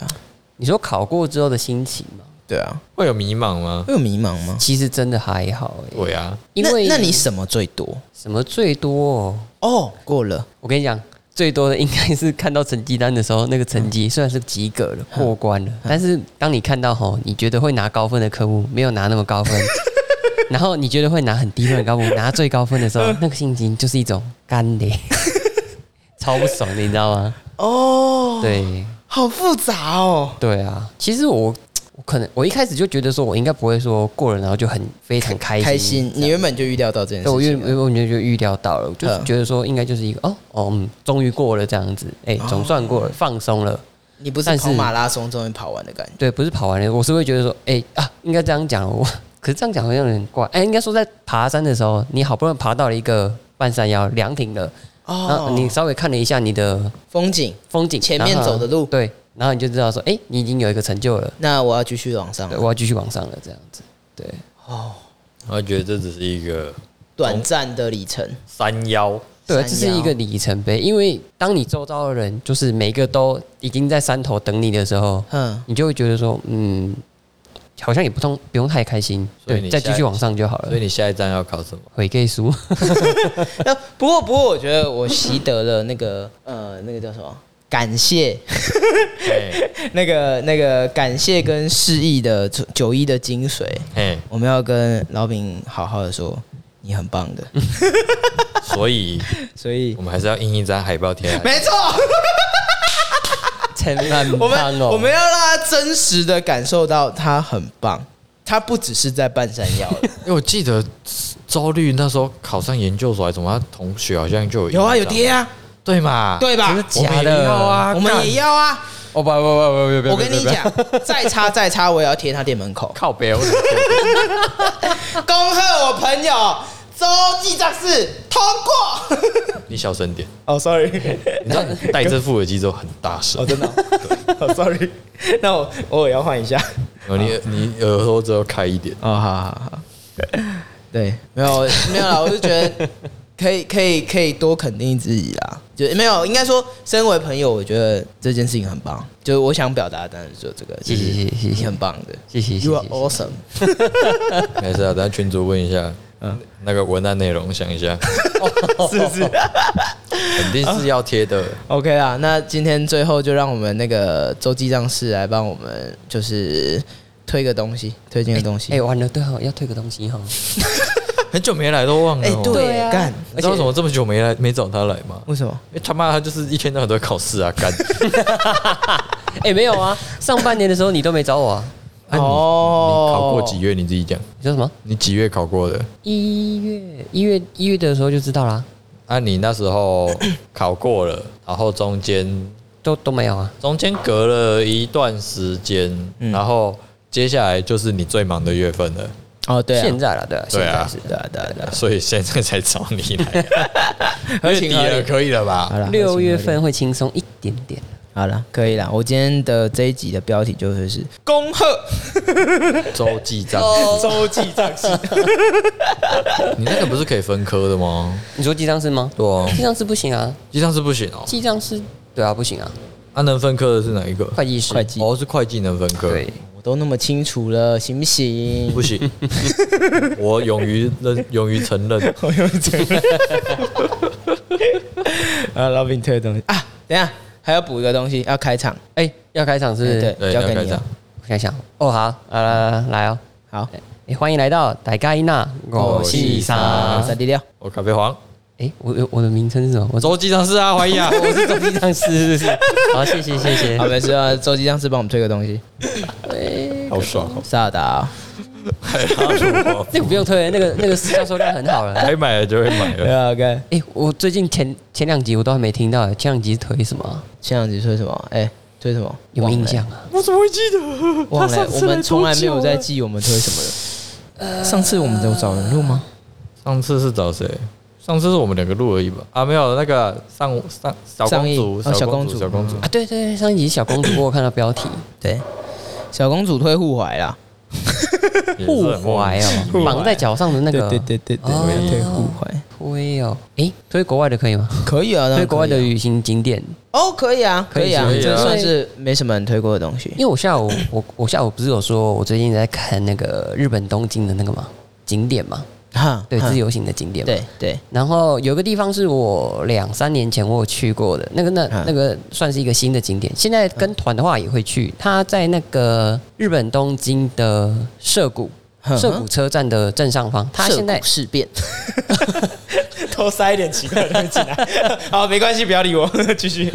你说考过之后的心情嘛，
对啊，
会有迷茫吗？
会有迷茫吗？
其实真的还好、哎，
对啊，
因为
那那你什么最多？
什么最多、哦？
哦，过了，
我跟你讲，最多的应该是看到成绩单的时候，那个成
嗯
绩虽然是及格了、过关了，但是当你看到吼，你觉得会拿高分的科目没有拿那 么高分，然后你觉得会拿很低分的科目拿最高分的时
嗯
候，那个心情就是一种干 的，超不爽的，你知道吗？
哦，
对
好复杂哦，
对啊，其实我。我可能我一开始就觉得说，我应该不会说过了，然后就很非常开心。
开心，你原本就预料到这件
对，我
事
预
情了。啊
我我觉得就预料到了，我就
嗯
是觉得说应该就是一个哦哦，嗯，终于过了这样子，哎、
哦
总算过了，放松了。
你不是
但是
跑马拉松终于跑完的感觉，
对，不是跑完了，我是会觉得说，哎、啊，应 该这样讲，我可是这样讲好像有点怪。哎、应该说在爬山的时候，你好不容易爬到了一个半山腰凉亭了，然后
哦，
你稍微看了一下你的
风景，
风景，
前面
然后
走的路
对，然后你就知道说，哎，你已经有一个成就了，
那我要继续往上
对，我要继续往上了，这样子，对，
哦，
我觉得这只是一个
短暂的里程，
山腰，
对，
山
这是一个里程碑，因为当你周遭的人就是每个都已经在山头等你的时候，
嗯，
你就会觉得说，嗯，好像也不通不用太开心，
所以
对
你，
再
下
继续往上就好
所
了。
以你下一站要考什么？
回 gay 书，
那嗯不过不过，我觉得我习得了那个呃那个叫什么？感谢
嘿，
那个那个感谢跟示意的九九一的精髓，
嘿，
我们要跟老饼好好的说，你很棒 的，
所以
所以
我们还是要印一张海报贴啊在。
没错，
千万
我
胖
们
哦！
我 们要让他真实的感受到他很棒，他不只是在半山腰 了，
因为我记得周律那时候考上研究所还是什么，他同学好像就有
有啊有
贴，
爹啊，
对嘛？
对吧？
真的假的
我们
我们也
也要啊
要啊！
哦不不不不不
我跟你，讲， 再差再差，我也要贴他店门口。
靠北，我
恭贺我朋友周记账是通过。
你小声点。
哦、s o r r y
你知道你戴这副耳机之后很大声
哦，，真的、 哦、，sorry，那 我我也要换一下。
然后你你耳朵只有开一点。
哦，好好好，对，没有没有啦，我就觉得可以 可以可以多肯定自己啦，就没有应该说，身为朋友，我觉得这件事情很棒，就是我想表达，但是就这个，
谢谢谢谢谢谢
你很棒的
谢谢谢谢
，You are
谢谢
awesome。
没事啊，等下群主问一下，那个文案内容想一下，
是不是
肯定是要贴的。
？OK 啦，那今天最后就让我们那个周记账室来帮我们，就是推个东西，推荐个东西。
哎，完了，对哦，要退个东西哈。
很久没来都忘了
哎
哦，
对
啊
干，
你知道为什么这么久没来没找他来吗？
为什么？
因为他妈他就是一天到晚都在考试啊，干。
哎，没有啊，上半年的时候你都没找我啊。
啊你
哦
你考过几月？你自己讲，
你说什么？
你几月考过的？
一月一月一月的时候就知道啦，
啊，你那 时候考过了，然后中间
都都没有啊。
中间隔了一段时间，
嗯
然后接下来就是你最忙的月份 了，
哦，对啊，
现在了，对啊，现
对啊
在是
对啊，对啊，对啊，
所以现在才找你 来啊。
合
月
情
底
合理
了，可以了吧
好？了，合情合
六
理
月份会轻松一点
啊
点。
好了，可以了。我今天的这一集的标题就会是“恭贺
周记账，
哦 周记账系
你那个不是可以分科的吗？
你说记账是吗？
对啊，
记账是不行啊，
记账是不行哦。
记账是，对啊，不行啊，
啊，能分科的是哪一个？
会计师
会计
哦，是会计能分科。
对，”，
我都那么清楚了，行不 行？
不行，我勇于认，勇于承认。
我用这个。啊，老饼推的东西啊，等一下还要补一个东西，要开场。
哎，要开场是不是？
哎
对，
交
要
给
开
你
讲
了。
我想想，哦，好，呃，来哦，
好，
哎，欢迎来到大家一娜
哦
我是啥？
三 D 六，
我咖啡黄，
哎，我我的名称是什么？我
周记账是啊，怀疑 啊。
我是总记账师，是不是？好，谢谢谢谢
好，。没事啊。周记账是帮我们推个东西，
好爽 哎哦！
萨达
那个不用推，那个那个销售量很好了。
该买了就会买了。
哦。OK，
哎，我最近前前两集我都还没听到，前两集是推什么啊？
前两集推什么？哎，推什么？
有没有印象啊？
忘了？忘了，我们从来没有在记我们推什么的。上次我们有找人录吗？
上次是找谁？上次是我们两个录而已吧？啊，没有那个上上小
上
公
映
主，
哦小公主
主，小公主。
啊，对对对，上一集小公主，我有看 到标题，
对，小公主推护踝啦。嗯
也是很
护
莫
踝
名其
哦，绑在脚上的那个，
对对对对对，
哦
推护踝
推哦，诶，推国外的可以吗？
可以啊，那
推国外的
可以啊
旅行景点，
哦，可以啊，可以啊，
可以
这
啊
算是没什么人推过的东西
因。为我下午我我下午不是有说我最近在看那个日本东京的那个嘛景点嘛，
哈，
对，
哈
自由行的景点嘛，
嗯对对，
然后有个地方是我两三年前我有去过的，那个那
嗯
那个算是一个新的景点。现在跟团的话也会去，它在那个日本东京的涩谷
嗯哼
涩谷车站的正上方。它现在
事 变，偷塞一点奇怪的东西进来。 好，没关系，不要理我， 继续。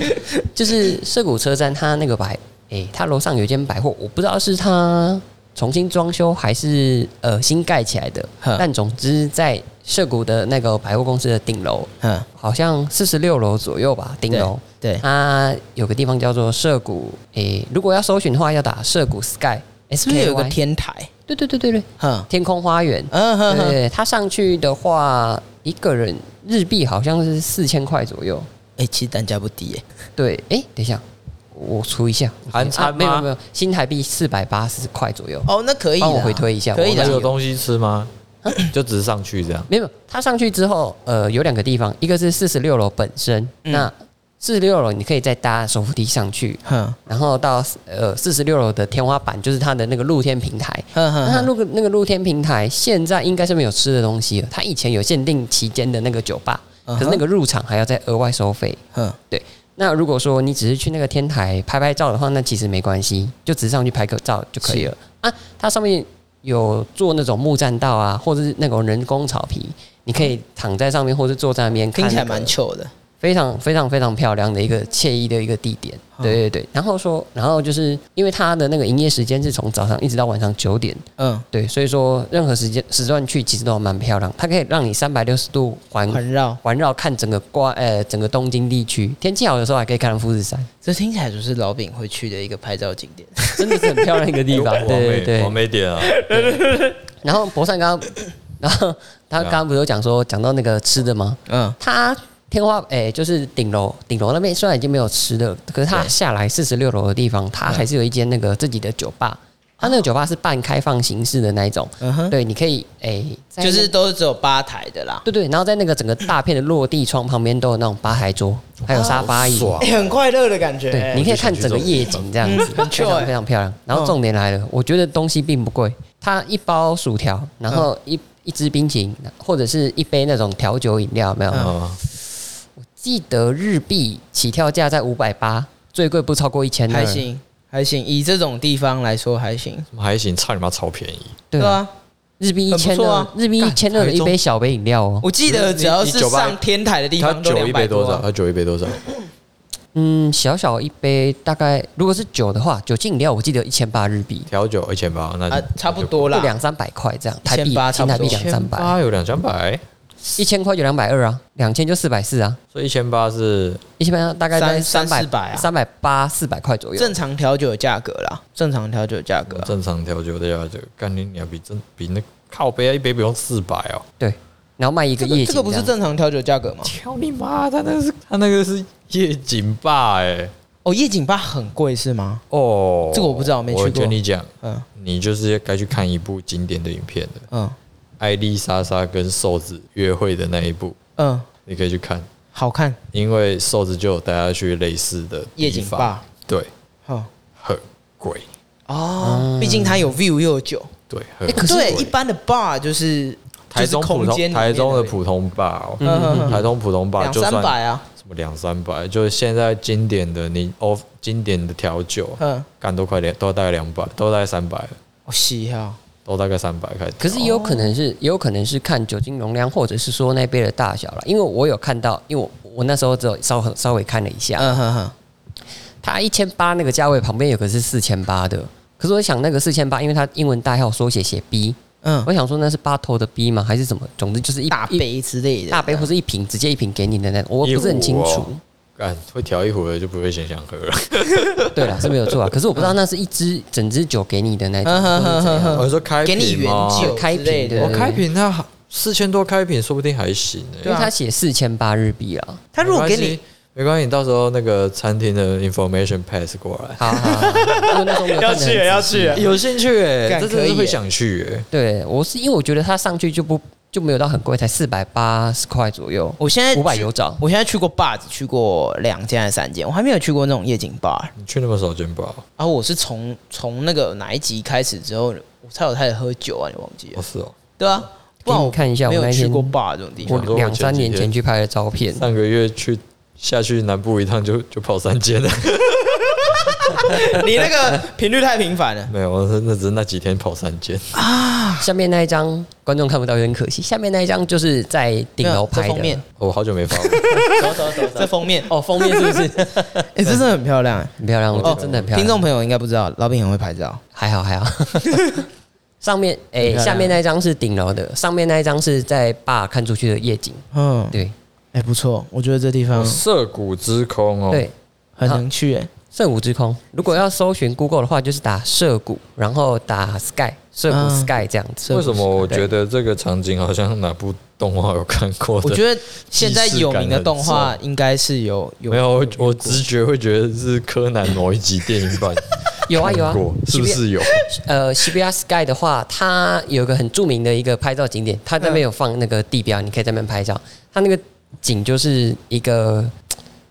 就是涩谷车站，它那个百诶，它楼上有一间百货，我不知道是它重新装修还是呃新盖起来的，
嗯
但总之在涩谷的那个百货公司的顶楼，
嗯，
好像四十六楼左右吧，顶楼。
对对
它有个地方叫做涩谷，诶、如果要搜寻的话，要打涩谷 Sky
是不是
SK
有个
Y，
天台？
对对对对对，
哼，
天空花园。
嗯
对
哼
对
哼，
对，它上去的话，一个人日币好像是四千块左右。
哎，其实单价不低耶，
对，哎、等一下，我除一下，
含餐
啊没有
吗
没有，新台币四百八十块左右。
哦，那可以啦，
帮我回推一下
可以
那
的
有。东西吃吗？就只是上去这样。，
没有，它上去之后，呃，有两个地方，一个是四十六楼本身，
嗯
那四十六楼你可以再搭手扶梯上去，
哼
然后到呃四十六楼的天花板就是它的那个露天平台。
哼
那它
嗯哼，
那个那个露天平台现在应该是没有吃的东西了，它以前有限定期间的那个酒吧，
嗯
可是那个入场还要再额外收费。
哼，
那如果说你只是去那个天台拍拍照的话，那其实没关系，就只是上去拍个照就可以了啊。它上面有做那种木栈道啊，或者是那种人工草皮，你可以躺在上面，或是坐在那边，
听起来
看那个
蛮糗的。
非常非常非常漂亮的一个惬意的一个地点。对对对，然后说，然后就是因为它的那个营业时间是从早上一直到晚上九点，
嗯，
对，所以说任何时间时段去其实都蛮漂亮，它可以让你三百六十度环
环绕，
环绕看整个瓜呃整个东京地区，天气好的时候还可以看到富士山。
这听起来就是老饼会去的一个拍照景点。
真的是很漂亮一个地方对对
完
对。
美点啊！
然后博善刚刚， 然后他刚刚不是有讲说讲到那个吃的吗？
嗯，
他天花哎、就是顶楼顶楼那边虽然已经没有吃的，可是他
对
下来四十六楼的地方，他还是有一间那个自己的酒吧。他那个酒吧是半开放形式的那一种，
嗯哼
对，你可以哎、在那
就是都是只有吧台的啦。
对对，然后在那个整个大片的落地窗旁边都有那种吧台桌，还有沙发椅，
爽
欸很快乐的感觉
对，
哎
你可以看整个夜景这样子，
嗯
非常非常漂亮。然后重点来了，我觉得东西并不贵，它一包薯条，然后一一支冰淇淋，或者是一杯那种调酒饮料，有没有？
嗯，
记得日币起跳价在五百八，最贵不超过一千
还
二，
行还行，以这种地方来说还行。
还行，差你妈超便宜。
对吧？
啊，
日币一
很不
千
错啊
二，日币一千二的一杯小杯饮料哦，
我记得只要
你
是
酒吧
上天台的地
他
方都
酒
两
一
百
杯多少？
啊。
他酒一杯多少？
嗯，小小一杯大概，如果是酒的话，酒精饮料我记得一千八日币，
调酒一千八，那
啊，差不多
就
啦。
两三百块这样，台币
1800
新台币
差
两
不
三百，
八有两三百，
一千块就两百二啊，两千就四百四啊。
所以一千八是
一千八大概在
三
百
三400啊
三百八四百块左右。
正常调酒的价格啦，正常调酒的价格啊、
正常调酒的呀，就干你娘比真比那靠杯啊一杯不用四百哦。
对，然后卖一个
这个
夜景
这
这
个不是
样，
正常调酒价格 吗？
操你妈！他 那是他那个是夜景吧？哎，
哦，夜景吧很贵是吗？
哦，
这个我不知道我没去过
我跟你讲，
嗯
你就是该去看一部经典的影片的，
嗯
艾丽莎莎跟瘦子约会的那一部，
嗯，
你可以去看，
好看
因为瘦子就有带她去类似的
夜
地
景
方
吧，
对，
哦
很贵，
嗯
哦，毕竟它有 view 又有酒。
对，很
哎，
贵。
对，一般的 bar 就是
台中
就是
普
空间
通
里面
台中的
而已
普通吧、哦，
嗯嗯嗯
台中普通吧
两
就算
三百啊，
什么两三百，就是现在经典的你哦，经典的调酒，啊
嗯，
干都快两都大概两百，都大概三百了，
哦
我喜好
都大概三百开始。
可是也有可能是，也有可能是看酒精容量，或者是说那杯的大小了。因为我有看到，因为我我那时候只有稍微稍微看了一下，
嗯哼哼，
它一千八那个价位旁边有个是四千八的。可是我想那个四千八，因为它英文代号缩写写 B，
嗯，
我想说那是八头的 B 吗？还是什么？总之就是一
大
一
杯之类的，
大杯或是一瓶直接一瓶给你的那种，我不是很清
一壶
楚。
哦干会调一壶的就不会想想喝了。
对了，是没有 错啊。可是我不知道那是一支整支酒给你的那种，
嗯哼
或者
哼
怎样
哼哼，
我说开
给你
瓶
原
吗
酒
开
之类
瓶
的哦
对
我、。开瓶那四千多开瓶，说不定还行、欸。
啊
因为他写四千八日币啊。
他如果给
没关
你
系，没关系，你到时候那个餐厅的 information pass 过来。
好好 好，因为那时候没有看得很仔细
要去了
有兴趣哎、
干
这真
可
的
以
是
欸
会想去哎、
对，我是因为我觉得他上去就不就没有到很贵，才四百八十块左右，
我现在去
五百有找。
我现在去过 bar 只去过两间还是三间，我还没有去过那种夜景 bar。
你去那么少见吧？
然后我是从从那个哪一集开始之后，我才有开始喝酒啊，你忘记
不
了？
是哦，
对啊，不然
给你看一下我
没
那
有去
天
过 bar 这种地
我
方。
想说我
两三
前几
年前
天
去拍的照片，
上个月去下去南部一趟就就跑三间了，
你那个频率太频繁了。
没有，我是那只是那几天跑三间，
啊下面那一张观众看不到，有点可惜。下面那一张就是在顶楼
这
拍
封面
的，，
我好久没发文，
这封面，
哦，封面是不 是
哎，这真的很漂亮哎。
很漂亮？我觉得真的很漂
听
亮。
众朋友应该不知道，老饼很会拍照。
还好还好。上面
很漂
哎，
亮
下面那一张是顶楼的，上面那一张是在坝看出去的夜景。
嗯，
对
哎，不错，我觉得这地方
涩谷之空哦，
对，
很能去哎。
涉谷之空。如果要搜寻 Google 的话，就是打涉谷，然后打 Sky 涉谷
嗯
Sky 这样子。
为什么我觉得这个场景好像哪部动画有看过的？
我觉得现在有名的动画应该是有有
没有，我我直觉会觉得是柯南某一集电影版
有啊有啊
看过，是不是有？
呃，西比亚 Sky 的话，它有一个很著名的一个拍照景点，它那边有放那个地标，你可以在那边拍照。它那个景就是一个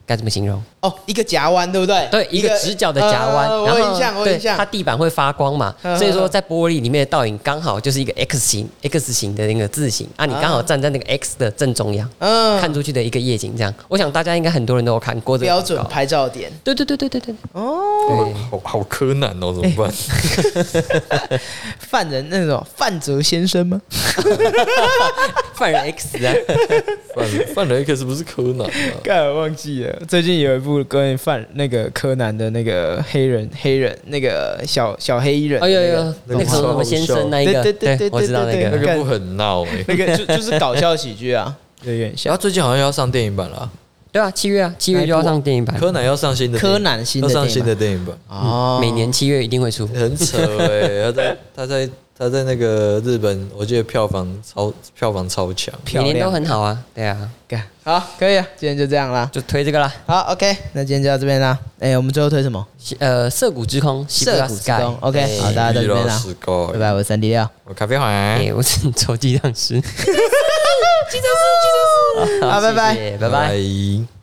该怎么形容？
哦，一个夹弯对不对？
对，一个直角的夹弯，
呃
然
我有印象，我
后
有
对
印象
它。地板会发光嘛，
嗯
所以说在玻璃里面的倒影刚好就是一个 X 型 X 型的那个字形啊，你刚好站在那个 X 的正中央，
嗯
看出去的一个夜景这样。我想大家应该很多人都有看过这个
标
广
准
告
拍照点。
对对对对对对
哦，
好好柯南哦，怎么办？
犯人那种范泽先生吗？
犯人 X 啊，
哎
犯犯人 X 不是柯 南啊？
干，我忘记了。最近有一部关于犯那个柯南的那个黑人黑人那个小小黑衣人的
哎
那
呦
个，
呦，那个什么什么先生那一个，
对对对对
我知道那
对
那
对
个。
个不很闹哎。
那个就就是搞笑喜剧啊， 有点
然
像
后最近好像要上电影版了啊，
对啊，七月啊，七月就要上电影版，
柯南要上新的电影
柯南新的
要上
电影
新的电影版，
哦
每年七月一定会出。
很扯哎。他在他在他在那个日本，我记得票房超票房超强。
漂
每
亮
年都很好啊，对啊，
干好，可以啊，今天就这样啦。
就推这个啦。
好，OK，那今天就到这边啦。哎、我们最后推什么？
呃，涩谷之空，西
涩谷之空。OK，好，
哎
大家到这边啦，啊
十个
拜拜，我是三 D 六，
我咖啡环
哎、。我是 周记匠师，
好，拜拜。
谢谢拜拜。
拜